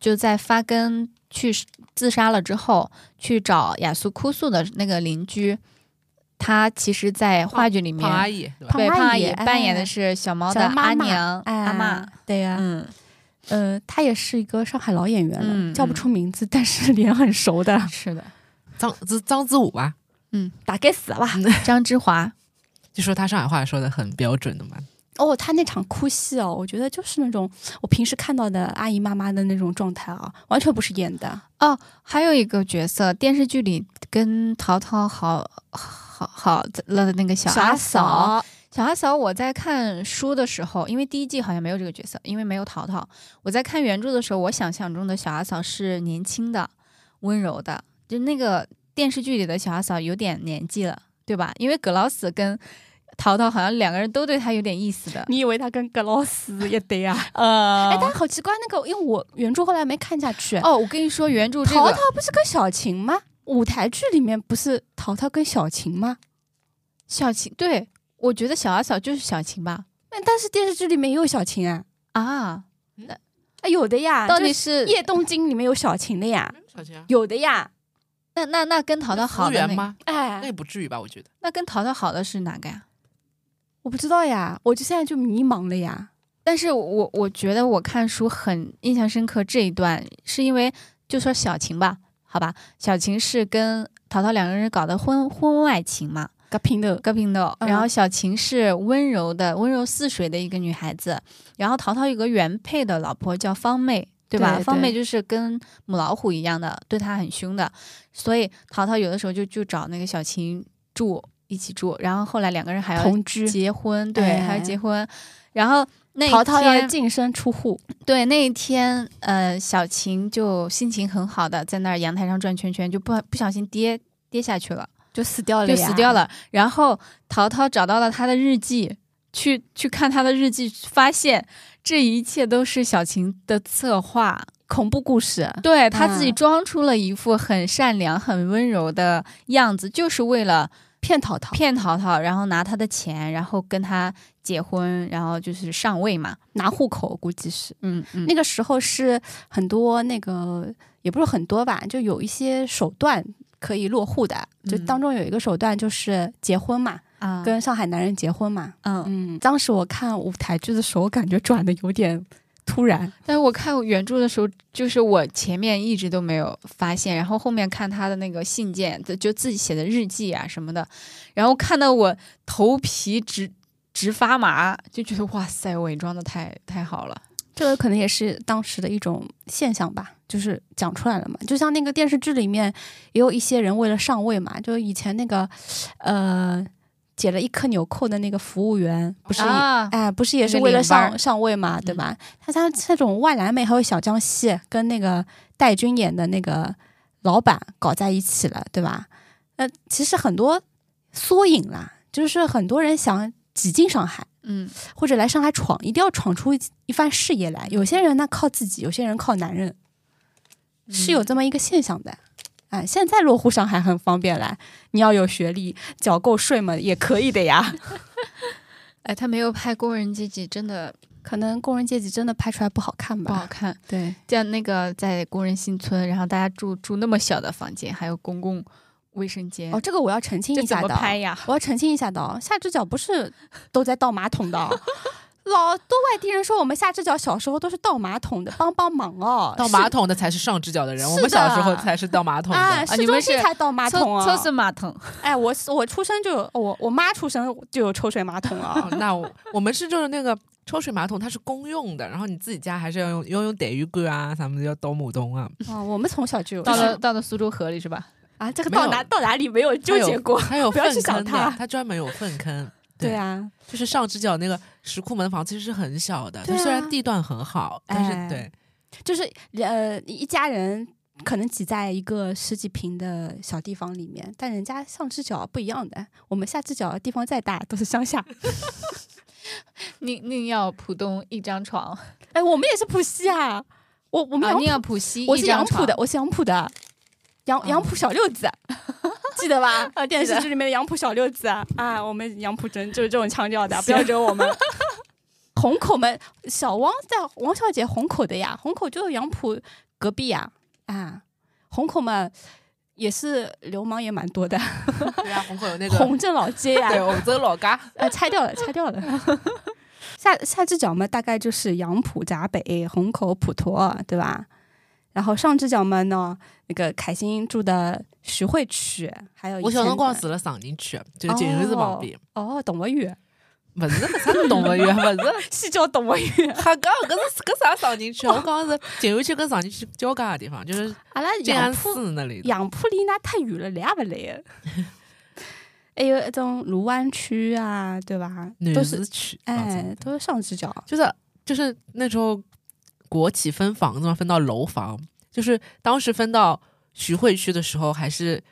[SPEAKER 5] 就在发根去自杀了之后，去找雅苏哭诉的那个邻居，他其实，在话剧里面，
[SPEAKER 3] 胖阿姨对吧？
[SPEAKER 5] 对
[SPEAKER 2] 胖
[SPEAKER 5] 胖
[SPEAKER 2] 阿
[SPEAKER 5] 阿
[SPEAKER 2] 姨
[SPEAKER 5] 姨扮演
[SPEAKER 2] 哎
[SPEAKER 5] 的是小猫
[SPEAKER 2] 小
[SPEAKER 5] 的
[SPEAKER 2] 妈
[SPEAKER 5] 阿
[SPEAKER 2] 妈
[SPEAKER 5] 娘阿
[SPEAKER 2] 妈
[SPEAKER 5] 嬷，，
[SPEAKER 2] 对呀、
[SPEAKER 5] 嗯，
[SPEAKER 2] 呃，他也是一个上海老演员了，
[SPEAKER 5] 嗯，
[SPEAKER 2] 叫不出名字，但是脸很熟的
[SPEAKER 5] 是的，
[SPEAKER 3] 张张张子武吧，
[SPEAKER 2] 打该死吧！
[SPEAKER 5] 嗯张之华，
[SPEAKER 3] 就说他上海话说的很标准的嘛。
[SPEAKER 2] 哦，他那场哭戏哦，我觉得就是那种我平时看到的阿姨妈妈的那种状态啊，完全不是演的。
[SPEAKER 5] 还有一个角色，电视剧里跟淘淘好好好了的那个小阿嫂，小阿嫂，我在看书的时候，因为第一季好像没有这个角色，因为没有淘淘。我在看原著的时候，我想象中的小阿嫂是年轻的、温柔的，就那个电视剧里的小阿嫂有点年纪了，对吧？因为葛劳斯跟淘淘好像两个人都对她有点意思 的。
[SPEAKER 2] 你以为他跟格劳斯也得啊？
[SPEAKER 5] 呃
[SPEAKER 2] 哎，但好奇怪，那个因为我原著后来没看下去，
[SPEAKER 5] 哦，我跟你说，原著这
[SPEAKER 2] 淘
[SPEAKER 5] 个
[SPEAKER 2] 淘不是跟小晴吗？舞台剧里面不是淘淘跟小晴吗？
[SPEAKER 5] 小晴，对我觉得小阿嫂就是小晴吧？
[SPEAKER 2] 那但是电视剧里面也有小晴啊，
[SPEAKER 5] 啊，
[SPEAKER 2] 啊有的呀，
[SPEAKER 5] 到底
[SPEAKER 2] 就是《夜动经》里面有小晴的呀，
[SPEAKER 3] 小晴啊，
[SPEAKER 2] 有的呀，
[SPEAKER 5] 那那那跟淘淘
[SPEAKER 3] 服务
[SPEAKER 5] 好的
[SPEAKER 3] 员
[SPEAKER 5] 那
[SPEAKER 3] 吗？
[SPEAKER 2] 哎
[SPEAKER 3] 那也不至于吧，我觉得。
[SPEAKER 5] 那跟淘淘好的是哪个呀？
[SPEAKER 2] 我不知道呀，我就现在就迷茫了呀。
[SPEAKER 5] 但是我我觉得我看书很印象深刻这一段，是因为就说小晴吧，好吧，小晴是跟淘淘两个人搞的婚婚外情嘛，
[SPEAKER 2] 个拼的，
[SPEAKER 5] 割平斗，
[SPEAKER 2] 嗯
[SPEAKER 5] 然后小晴是温柔的温柔似水的一个女孩子，然后淘淘有个原配的老婆叫方妹，对吧？
[SPEAKER 2] 对
[SPEAKER 5] 方妹
[SPEAKER 2] 对
[SPEAKER 5] 就是跟母老虎一样的，对她很凶的，所以淘淘有的时候就就找那个小晴住一起住，然后后来两个人还要
[SPEAKER 2] 同居，
[SPEAKER 5] 结婚，对，还
[SPEAKER 2] 哎
[SPEAKER 5] 要结婚，然后。那一
[SPEAKER 2] 淘淘要
[SPEAKER 5] 天
[SPEAKER 2] 净身出户，
[SPEAKER 5] 对，那一天，呃，小晴就心情很好的在那儿阳台上转圈圈，就不不小心跌跌下去了，
[SPEAKER 2] 就死掉
[SPEAKER 5] 就
[SPEAKER 2] 呀
[SPEAKER 5] 死掉。了。然后淘淘找到了他的日记，去去看他的日记，发现这一切都是小晴的策划。
[SPEAKER 2] 恐怖故事，
[SPEAKER 5] 对他自己
[SPEAKER 2] 嗯
[SPEAKER 5] 装出了一副很善良、很温柔的样子，就是为了
[SPEAKER 2] 骗淘淘，
[SPEAKER 5] 骗淘淘，然后拿他的钱，然后跟他结婚，然后就是上位嘛。
[SPEAKER 2] 拿户口估计是。
[SPEAKER 5] 嗯嗯
[SPEAKER 2] 那个时候是很多那个，也不是很多吧，就有一些手段可以落户的。就
[SPEAKER 5] 嗯
[SPEAKER 2] 当中有一个手段就是结婚嘛，
[SPEAKER 5] 啊，
[SPEAKER 2] 跟上海男人结婚嘛。
[SPEAKER 5] 嗯
[SPEAKER 2] 嗯，当时我看舞台剧的时候，感觉转的有点突然。
[SPEAKER 5] 但是我看原著的时候，就是我前面一直都没有发现，然后后面看他的那个信件，就就自己写的日记啊什么的，然后看到我头皮直直发麻，就觉得哇塞，伪装的太太好了。
[SPEAKER 2] 这个可能也是当时的一种现象吧，就是讲出来了嘛。就像那个电视剧里面，也有一些人为了上位嘛，就以前那个，呃，解了一颗纽扣的那个服务员，不是也，
[SPEAKER 5] 啊，
[SPEAKER 2] 哎，不是也是
[SPEAKER 5] 那个
[SPEAKER 2] 为了
[SPEAKER 5] 领班
[SPEAKER 2] 上
[SPEAKER 5] 儿嗯
[SPEAKER 2] 上位嘛，对吧？他像这种外来妹，还有小江西跟那个戴军演的那个老板搞在一起了，对吧？那其实很多缩影啦，就是很多人想挤进上海。
[SPEAKER 5] 嗯，
[SPEAKER 2] 或者来上海闯，一定要闯出一一番事业来。有些人呢靠自己，有些人靠男人，
[SPEAKER 5] 嗯
[SPEAKER 2] 是有这么一个现象的。哎，现在落户上海很方便啦，你要有学历，缴够税嘛也可以的呀。
[SPEAKER 5] 哎，他没有拍《工人阶级》，真的
[SPEAKER 2] 可能工人阶级真的拍出来不好看
[SPEAKER 5] 不好
[SPEAKER 2] 吧？
[SPEAKER 5] 看。
[SPEAKER 2] 对，
[SPEAKER 5] 像那个在工人新村，然后大家住住那么小的房间，还有公共卫生间，
[SPEAKER 2] 哦，这个我要澄清
[SPEAKER 5] 这
[SPEAKER 2] 一
[SPEAKER 5] 怎
[SPEAKER 2] 下
[SPEAKER 5] 么
[SPEAKER 2] 的，
[SPEAKER 5] 拍呀？
[SPEAKER 2] 我要澄清一下的哦，下只脚不是都在倒马桶的哦。 老多外地人说我们下只脚小时候都是倒马桶的，帮帮忙哦！
[SPEAKER 3] 倒马桶的才是上只脚的人，
[SPEAKER 2] 是
[SPEAKER 3] 我们小时候
[SPEAKER 2] 的
[SPEAKER 3] 才是倒马桶
[SPEAKER 2] 桶
[SPEAKER 3] 的。
[SPEAKER 2] 啊，
[SPEAKER 5] 你
[SPEAKER 2] 市
[SPEAKER 5] 们
[SPEAKER 2] 中
[SPEAKER 5] 是
[SPEAKER 2] 心才倒马桶啊！
[SPEAKER 5] 抽抽水马桶，
[SPEAKER 2] 哎，我我出生就有我我妈出生就有抽水马桶了
[SPEAKER 3] 哦，那我我们是就是那个抽水马桶，它是公用的，然后你自己家还是要用要用得浴罐啊，咱们叫倒母东啊。
[SPEAKER 2] 啊，我们从小就有
[SPEAKER 5] 到了到了苏州河里是吧？
[SPEAKER 2] 啊，这个
[SPEAKER 3] 没有
[SPEAKER 2] 到哪到哪里没有纠结 过？
[SPEAKER 3] 它有
[SPEAKER 2] 不要
[SPEAKER 3] 粪
[SPEAKER 2] 去想
[SPEAKER 3] 坑的，
[SPEAKER 2] 它
[SPEAKER 3] 它专门有粪坑。
[SPEAKER 2] 对啊，
[SPEAKER 3] 就是上直角那个石库门房其实是很小的，
[SPEAKER 2] 对啊
[SPEAKER 3] 它虽然地段很好，但是
[SPEAKER 2] 哎
[SPEAKER 3] 对
[SPEAKER 2] 就是呃，一家人可能挤在一个十几平的小地方里面，但人家上只脚不一样的，我们下只脚地方再大都是乡下。
[SPEAKER 5] 宁宁要浦东一张床，
[SPEAKER 2] 哎，我们也是浦西啊，我我们
[SPEAKER 5] 啊，
[SPEAKER 2] 杨
[SPEAKER 5] 宁
[SPEAKER 2] 浦、
[SPEAKER 5] 要浦西
[SPEAKER 2] 我
[SPEAKER 5] 一
[SPEAKER 2] 是杨
[SPEAKER 5] 张
[SPEAKER 2] 浦
[SPEAKER 5] 床
[SPEAKER 2] 的，，我是杨浦的，杨杨浦小六 子，记得吧？啊电视剧里面的杨浦小六子啊，啊，我们杨浦真就是这种腔调的，啊不要惹我们。 虹口门，小汪在王小姐虹口的呀，虹口就是杨浦隔壁呀，啊，虹口嘛也是流氓也蛮多的，
[SPEAKER 3] 对啊，虹口有 那
[SPEAKER 2] 虹镇老街呀，
[SPEAKER 3] 对，我们走老嘎，
[SPEAKER 2] 呃，拆掉了，拆掉了。 下下只脚嘛，大概就是杨浦、闸北、虹口、普陀，对吧？然后上只脚嘛呢，那个凯欣住的徐汇区，还有
[SPEAKER 3] 我小
[SPEAKER 2] 以前
[SPEAKER 3] 辰
[SPEAKER 2] 的
[SPEAKER 3] 光住了上宁区，啊就是锦州市旁边，
[SPEAKER 2] 哦，董文宇，
[SPEAKER 3] 不是不是动物园，不 是。
[SPEAKER 2] 是叫董文宇。
[SPEAKER 3] 瞎讲，搿是搿啥上宁区啊？我讲的是锦州区跟上宁区交界的地方，就是
[SPEAKER 2] 阿拉
[SPEAKER 3] 静安
[SPEAKER 2] 杨浦，
[SPEAKER 3] 寺那里的。
[SPEAKER 2] 杨浦离那太远 了，来也不来。还有一种卢湾区啊，对吧？
[SPEAKER 3] 南
[SPEAKER 2] 都
[SPEAKER 3] 市
[SPEAKER 2] 是
[SPEAKER 3] 区，啊
[SPEAKER 2] 哎，都是上只脚。
[SPEAKER 3] 就是就是那时候国企分房子嘛，分到楼房，就是当时分到徐汇区的时候，还是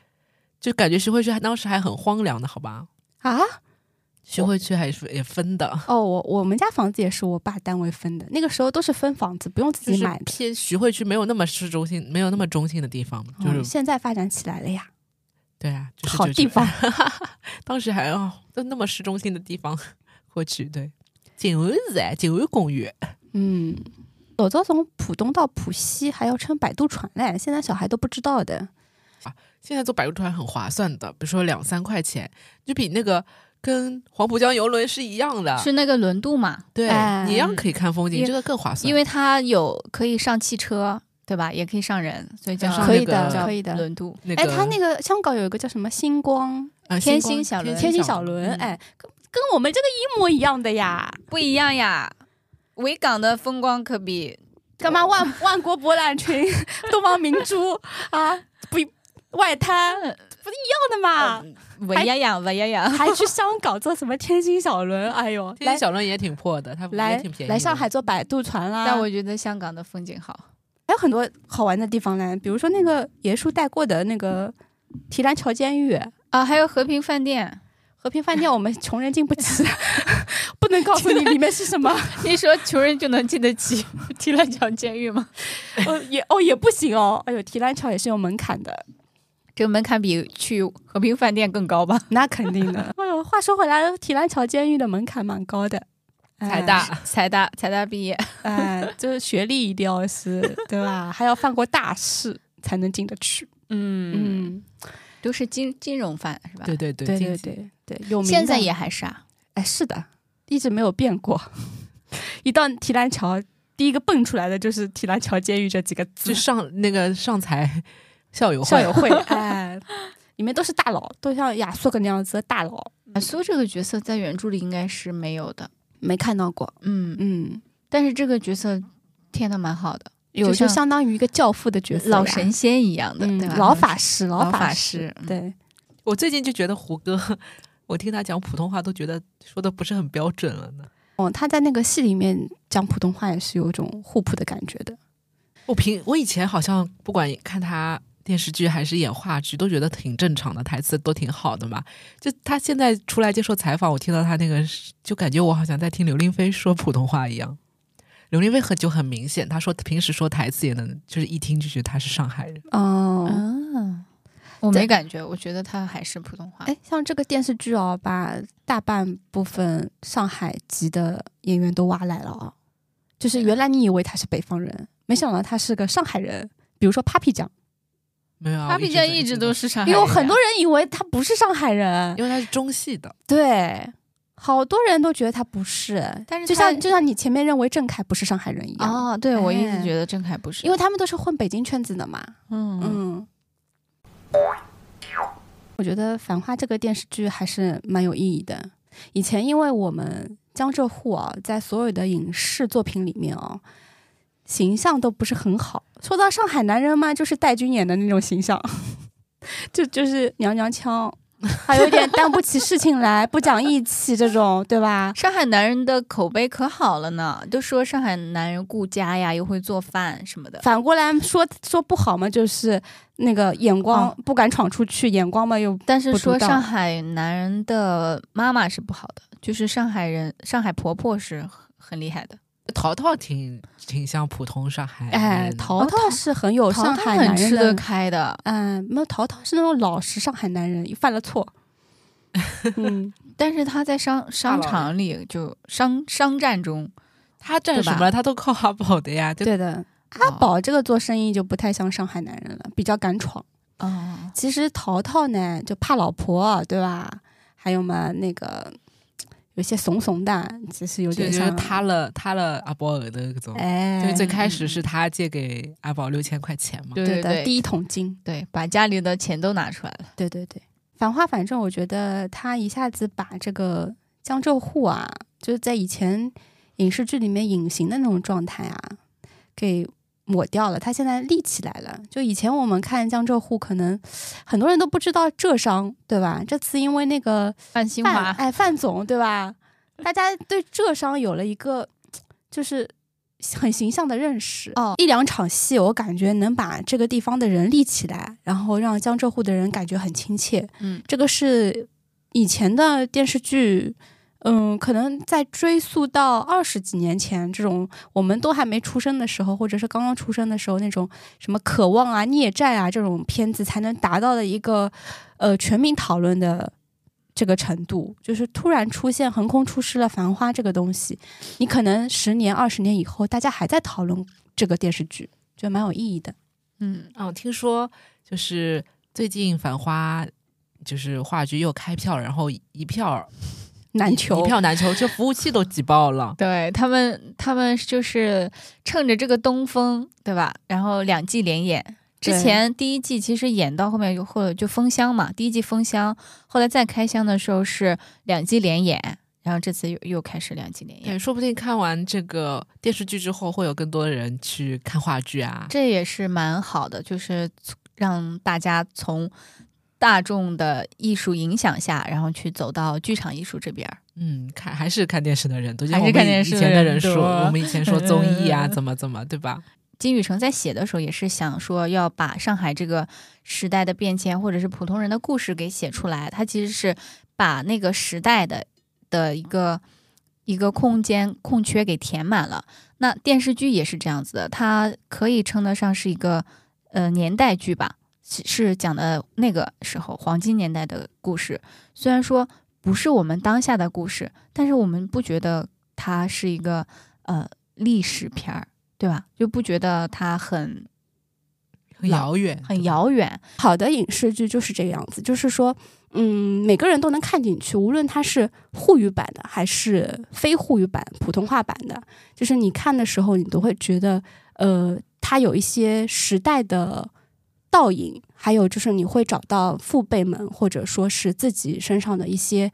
[SPEAKER 3] 就感觉徐汇区还当时还很荒凉的，好吧？
[SPEAKER 2] 啊，
[SPEAKER 3] 徐汇区还是也分的，
[SPEAKER 2] 哦，我我们家房子也是我爸单位分的，那个时候都是分房子，不用自
[SPEAKER 3] 就
[SPEAKER 2] 己
[SPEAKER 3] 是
[SPEAKER 2] 买的。
[SPEAKER 3] 偏徐汇区没有那么市中心，没有那么中心的地方，就
[SPEAKER 2] 嗯
[SPEAKER 3] 是、
[SPEAKER 2] 现在发展起来了呀，
[SPEAKER 3] 对啊，就是
[SPEAKER 2] 好
[SPEAKER 3] 这
[SPEAKER 2] 地
[SPEAKER 3] 种
[SPEAKER 2] 方。
[SPEAKER 3] 当时还哦，都那么市中心的地方 过去，对，景安寺哎，景安公园，
[SPEAKER 2] 嗯，走走从浦东到浦西还要乘摆渡船嘞，现在小孩都不知道的。
[SPEAKER 3] 现在坐摆渡船很划算的，比如说两三块钱，就比那个跟黄浦江游轮是一样的，
[SPEAKER 5] 是那个轮渡嘛？
[SPEAKER 3] 对，
[SPEAKER 2] 哎
[SPEAKER 3] 你一样可以看风景，
[SPEAKER 5] 因
[SPEAKER 3] 这个更划算，
[SPEAKER 5] 因为它有可以上汽车，对吧？也可以上人，嗯所以叫
[SPEAKER 3] 要上
[SPEAKER 2] 可以
[SPEAKER 3] 那个
[SPEAKER 2] 的，
[SPEAKER 3] 叫
[SPEAKER 2] 可以的。
[SPEAKER 5] 轮渡。
[SPEAKER 3] 那个
[SPEAKER 2] 哎，他那个香港有一个叫什么星光
[SPEAKER 3] 呃
[SPEAKER 5] 天
[SPEAKER 3] 星光
[SPEAKER 5] 星小轮
[SPEAKER 2] 天星
[SPEAKER 5] 星
[SPEAKER 2] 小轮，
[SPEAKER 5] 嗯
[SPEAKER 2] 哎，跟跟我们这个一模一样的呀。
[SPEAKER 5] 不一样呀，维港的风光可比
[SPEAKER 2] 干嘛万万国博览群、 东方明珠啊，不外滩
[SPEAKER 3] 嗯
[SPEAKER 2] 不是一样的嘛？
[SPEAKER 5] 维呀呀维呀呀。
[SPEAKER 2] 还去香港做什么天星小轮？哎呦，
[SPEAKER 3] 天
[SPEAKER 2] 来
[SPEAKER 3] 星小轮也挺破的，它也
[SPEAKER 2] 来
[SPEAKER 3] 挺便宜的
[SPEAKER 2] 来上海坐摆渡船啦。
[SPEAKER 5] 但我觉得香港的风景好，
[SPEAKER 2] 还有很多好玩的地方嘞，比如说那个爷叔带过的那个提篮桥监狱、
[SPEAKER 5] 啊，还有和平饭 店。
[SPEAKER 2] 和平饭店，我们穷人进不起， 不能告诉你里面是什么，
[SPEAKER 5] 你说穷人就能进得起 提篮桥监狱吗？
[SPEAKER 2] 哦也哦也不行哦，哎呦，提篮桥也是有门槛的，
[SPEAKER 5] 这个门槛比去和平饭店更高吧？
[SPEAKER 2] 那肯定的。 哎呦，话说回来，提篮桥监狱的门槛蛮高的，哎
[SPEAKER 3] 财大，
[SPEAKER 5] 财大财大毕业，
[SPEAKER 2] 哎，就是学历一定要是，对吧？还要犯过大事才能进得去。
[SPEAKER 5] 嗯，
[SPEAKER 2] 嗯，
[SPEAKER 5] 都是金金融犯是吧？
[SPEAKER 3] 对对对
[SPEAKER 2] 对
[SPEAKER 3] 经
[SPEAKER 2] 对
[SPEAKER 3] 济
[SPEAKER 2] 对对，有名
[SPEAKER 5] 现在
[SPEAKER 2] 的
[SPEAKER 5] 也还是啊。
[SPEAKER 2] 哎，是的，一直没有变过。 一到提篮桥，第一个蹦出来的就是提篮桥监狱这几个字
[SPEAKER 3] 就。上那个上财 校友会
[SPEAKER 2] 校友 会，哎，里面都是大佬，都像亚索克那样子的大佬，
[SPEAKER 5] 马苏这个角色在原著里应该是没有的，
[SPEAKER 2] 没看到过。
[SPEAKER 5] 嗯，
[SPEAKER 2] 嗯，
[SPEAKER 5] 但是这个角色填的蛮好的，
[SPEAKER 2] 有
[SPEAKER 5] 就
[SPEAKER 2] 就
[SPEAKER 5] 像
[SPEAKER 2] 相当于一个教父的角色呀，
[SPEAKER 5] 老神仙一样的，
[SPEAKER 2] 嗯
[SPEAKER 5] 对吧？
[SPEAKER 2] 老法师，
[SPEAKER 5] 老
[SPEAKER 2] 法
[SPEAKER 5] 法师，嗯
[SPEAKER 2] 对，
[SPEAKER 3] 我最近就觉得胡歌，我听他讲普通话都觉得说的不是很标准了呢。
[SPEAKER 2] 哦，他在那个戏里面讲普通话也是有一种互补的感觉的。
[SPEAKER 3] 我平我以前好像不管看他电视剧还是演话剧，都觉得挺正常的，台词都挺好的嘛。就他现在出来接受采访，我听到他那个，就感觉我好像在听刘令菲说普通话一样。刘令菲很就很明显，他说平时说台词也能，就是一听就觉得他是上海人。
[SPEAKER 2] 哦
[SPEAKER 5] 啊，我没感觉，我觉得他还是普通话。
[SPEAKER 2] 哎，像这个电视剧哦，把大半部分上海籍的演员都挖来了哦。
[SPEAKER 5] 啊
[SPEAKER 2] 就是原来你以为他是北方人，没想到他是个上海人。比如说 Papi 酱，
[SPEAKER 3] 没有啊，
[SPEAKER 5] 他
[SPEAKER 3] 我
[SPEAKER 5] 毕
[SPEAKER 3] 在
[SPEAKER 5] 竟一直都
[SPEAKER 3] 在，
[SPEAKER 5] 是上海
[SPEAKER 2] 因
[SPEAKER 5] 人
[SPEAKER 2] 为
[SPEAKER 5] 啊，
[SPEAKER 2] 有很多人以为他不是上海人，
[SPEAKER 3] 因为他是中戏的，
[SPEAKER 2] 对，好多人都觉得他不是。
[SPEAKER 5] 但是
[SPEAKER 2] 就
[SPEAKER 5] 他
[SPEAKER 2] 像就像你前面认为郑恺不是上海人一样，
[SPEAKER 5] 哦，对我一直
[SPEAKER 2] 哎
[SPEAKER 5] 觉得郑恺不是，
[SPEAKER 2] 因为他们都是混北京圈子的嘛。
[SPEAKER 5] 嗯
[SPEAKER 2] 嗯，我觉得《繁花》这个电视剧还是蛮有意义的。以前因为我们江浙沪啊，在所有的影视作品里面啊，形象都不是很好。说到上海男人嘛，就是戴军演的那种形象， 就就是娘娘腔，还有一点担不起事情来，不讲义气这种，对吧？
[SPEAKER 5] 上海男人的口碑可好了呢，都说上海男人顾家呀，又会做饭什么的。
[SPEAKER 2] 反过来说说不好嘛，就是那个眼光
[SPEAKER 5] 哦
[SPEAKER 2] 不敢闯出去，眼光嘛又
[SPEAKER 5] 但是
[SPEAKER 2] 不知
[SPEAKER 5] 说
[SPEAKER 2] 道
[SPEAKER 5] 上海男人的妈妈是不好的，就是上海人，上海婆婆是很很厉害的。
[SPEAKER 3] 淘淘挺挺像普通上海人的，
[SPEAKER 2] 哎，淘淘是很有
[SPEAKER 5] 淘
[SPEAKER 2] 上
[SPEAKER 5] 淘
[SPEAKER 2] 海男
[SPEAKER 5] 很
[SPEAKER 2] 人
[SPEAKER 5] 吃得
[SPEAKER 2] 的，
[SPEAKER 5] 开的，
[SPEAKER 2] 嗯，没有淘淘是那种老实上海男人，犯了错，嗯，
[SPEAKER 5] 但是他在商商
[SPEAKER 3] 佬
[SPEAKER 5] 场里就商商战中，
[SPEAKER 3] 他占
[SPEAKER 5] 对
[SPEAKER 3] 什
[SPEAKER 5] 吧
[SPEAKER 3] 么了？他都靠阿宝的 呀，就
[SPEAKER 2] 对的。阿宝这个做生意就不太像上海男人了，比较敢闯。
[SPEAKER 5] 哦，
[SPEAKER 2] 其实淘淘呢，就怕老婆，对吧？还有嘛，那个有些怂怂的，其实有
[SPEAKER 3] 就
[SPEAKER 2] 点
[SPEAKER 3] 就是
[SPEAKER 5] 嗯
[SPEAKER 2] 像
[SPEAKER 3] 塌了塌了阿宝的那种。
[SPEAKER 2] 哎，
[SPEAKER 3] 就最开始是他借给阿宝六千块钱嘛，
[SPEAKER 5] 对
[SPEAKER 2] 对的
[SPEAKER 5] 对
[SPEAKER 2] 第一桶金，
[SPEAKER 5] 对，把家里的钱都拿出来了，
[SPEAKER 2] 对对对，《繁花》反正我觉得他一下子把这个江浙沪啊，就是在以前影视剧里面隐形的那种状态啊，给抹掉了。他现在立起来了。就以前我们看江浙沪，可能很多人都不知道浙商，对吧？这次因为那个
[SPEAKER 5] 范新
[SPEAKER 2] 范
[SPEAKER 5] 华，
[SPEAKER 2] 哎范总，对吧？大家对浙商有了一个就是很形象的认识。
[SPEAKER 5] 哦
[SPEAKER 2] 一两场戏，我感觉能把这个地方的人立起来，然后让江浙沪的人感觉很亲切。
[SPEAKER 5] 嗯，
[SPEAKER 2] 这个是以前的电视剧。嗯，可能在追溯到二十几年前，这种我们都还没出生的时候，或者是刚刚出生的时候，那种什么渴望啊、孽债啊这种片子，才能达到的一个呃全民讨论的这个程度，就是突然出现横空出世了《繁花》这个东西，你可能十年、二十年以后，大家还在讨论这个电视剧，就蛮有意义的。
[SPEAKER 5] 嗯，
[SPEAKER 3] 嗯，听说就是最近《繁花》就是话剧又开票了，然后一票
[SPEAKER 2] 难
[SPEAKER 3] 一
[SPEAKER 2] 求，
[SPEAKER 3] 票难求，这服务器都挤爆 了。
[SPEAKER 5] 对他们，他们就是趁着这个东风，对吧？然后两季连演。之
[SPEAKER 2] 对
[SPEAKER 5] 前第一季其实演到后面就后就封箱嘛，第一季封箱，后来再开箱的时候是两季连演，然后这次又又开始两季连演
[SPEAKER 3] 哎，，说不定看完这个电视剧之后，会有更多的人去看话剧啊。
[SPEAKER 5] 这也是蛮好的，就是从让大家从大众的艺术影响下，然后去走到剧场艺术这边儿。
[SPEAKER 3] 嗯，看还是看电视的人多，就
[SPEAKER 5] 还
[SPEAKER 3] 我
[SPEAKER 5] 是
[SPEAKER 3] 们
[SPEAKER 5] 看电视
[SPEAKER 3] 以
[SPEAKER 5] 的
[SPEAKER 3] 前
[SPEAKER 5] 人
[SPEAKER 3] 人说，
[SPEAKER 5] 多
[SPEAKER 3] 我们以前说综艺 啊，
[SPEAKER 5] 嗯
[SPEAKER 3] 怎么怎么，对吧？
[SPEAKER 5] 金宇澄在写的时候也是想说要把上海这个时代的变迁，或者是普通人的故事给写出来。他其实是把那个时代的的一个一个空间空缺给填满了。那电视剧也是这样子的，它可以称得上是一个呃年代剧吧，是是讲的那个时候黄金年代的故事。虽然说不是我们当下的故事，但是我们不觉得它是一个呃历史片儿。对吧？就不觉得它很
[SPEAKER 3] 很遥
[SPEAKER 5] 老
[SPEAKER 3] 远，对
[SPEAKER 5] 很
[SPEAKER 3] 吧。
[SPEAKER 5] 遥远。
[SPEAKER 2] 好的影视剧就是这个样子，就是说，嗯，每个人都能看进去，无论它是沪语版的还是非沪语版、普通话版的，就是你看的时候，你都会觉得，呃，它有一些时代的倒影，还有就是你会找到父辈们或者说是自己身上的一些。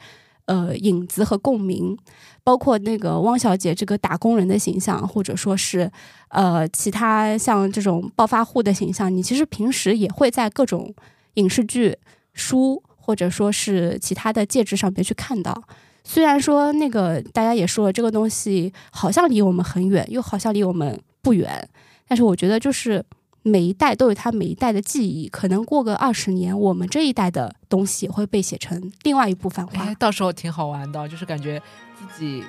[SPEAKER 2] 呃，影子和共鸣，包括那个汪小姐这个打工人的形象，或者说是呃，其他像这种暴发户的形象，你其实平时也会在各种影视剧、书或者说是其他的介质上面去看到。虽然说那个大家也说了，这个东西好像离我们很远，又好像离我们不远，但是我觉得就是每一代都有它每一代的记忆，可能过个二十年，我们这一代的东西也会被写成另外一部《繁花
[SPEAKER 3] 哎》，。到时候挺好玩的，就是感觉自己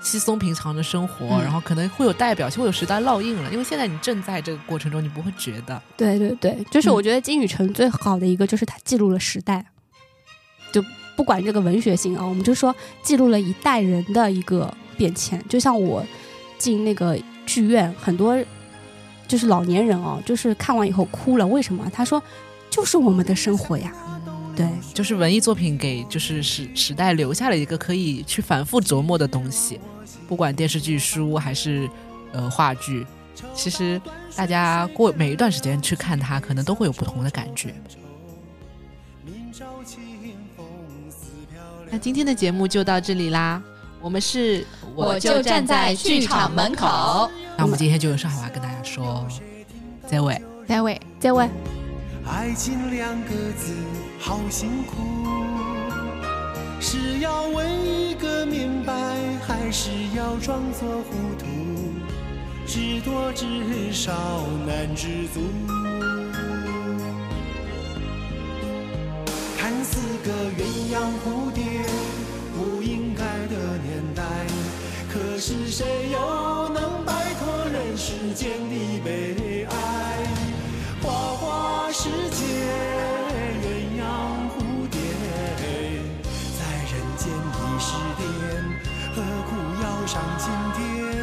[SPEAKER 3] 稀松平常的生活，
[SPEAKER 5] 嗯
[SPEAKER 3] 然后可能会有代表，就会有时代烙印了。因为现在你正在这个过程中，你不会觉得。
[SPEAKER 2] 对对对，就是我
[SPEAKER 5] 嗯
[SPEAKER 2] 觉得金宇澄最好的一个就是他记录了时代，就不管这个文学性啊，我们就说记录了一代人的一个变迁。就像我进那个剧院，很多就是老年人哦，就是看完以后哭了，为什么？他说就是我们的生活呀，对，
[SPEAKER 3] 就是文艺作品给就是时时代留下了一个可以去反复琢磨的东西，不管电视剧、书还是呃话剧，其实大家过每一段时间去看它，可能都会有不同的感觉。
[SPEAKER 6] 那今天的节目就到这里啦，我们是
[SPEAKER 4] 我就站在剧场门口。
[SPEAKER 3] 那我们今天就用上海话跟大家说，再会。
[SPEAKER 4] 待会。
[SPEAKER 2] 在外。
[SPEAKER 7] 爱情两个字好辛苦，是要问一个明白，还是要装作糊涂？知多知少难知足。看似个鸳鸯蝴蝶，不应该的年代，可是谁又能摆脱人世间的悲哀？花花世界，鸳鸯蝴蝶，在人间已是癫，何苦要上青天？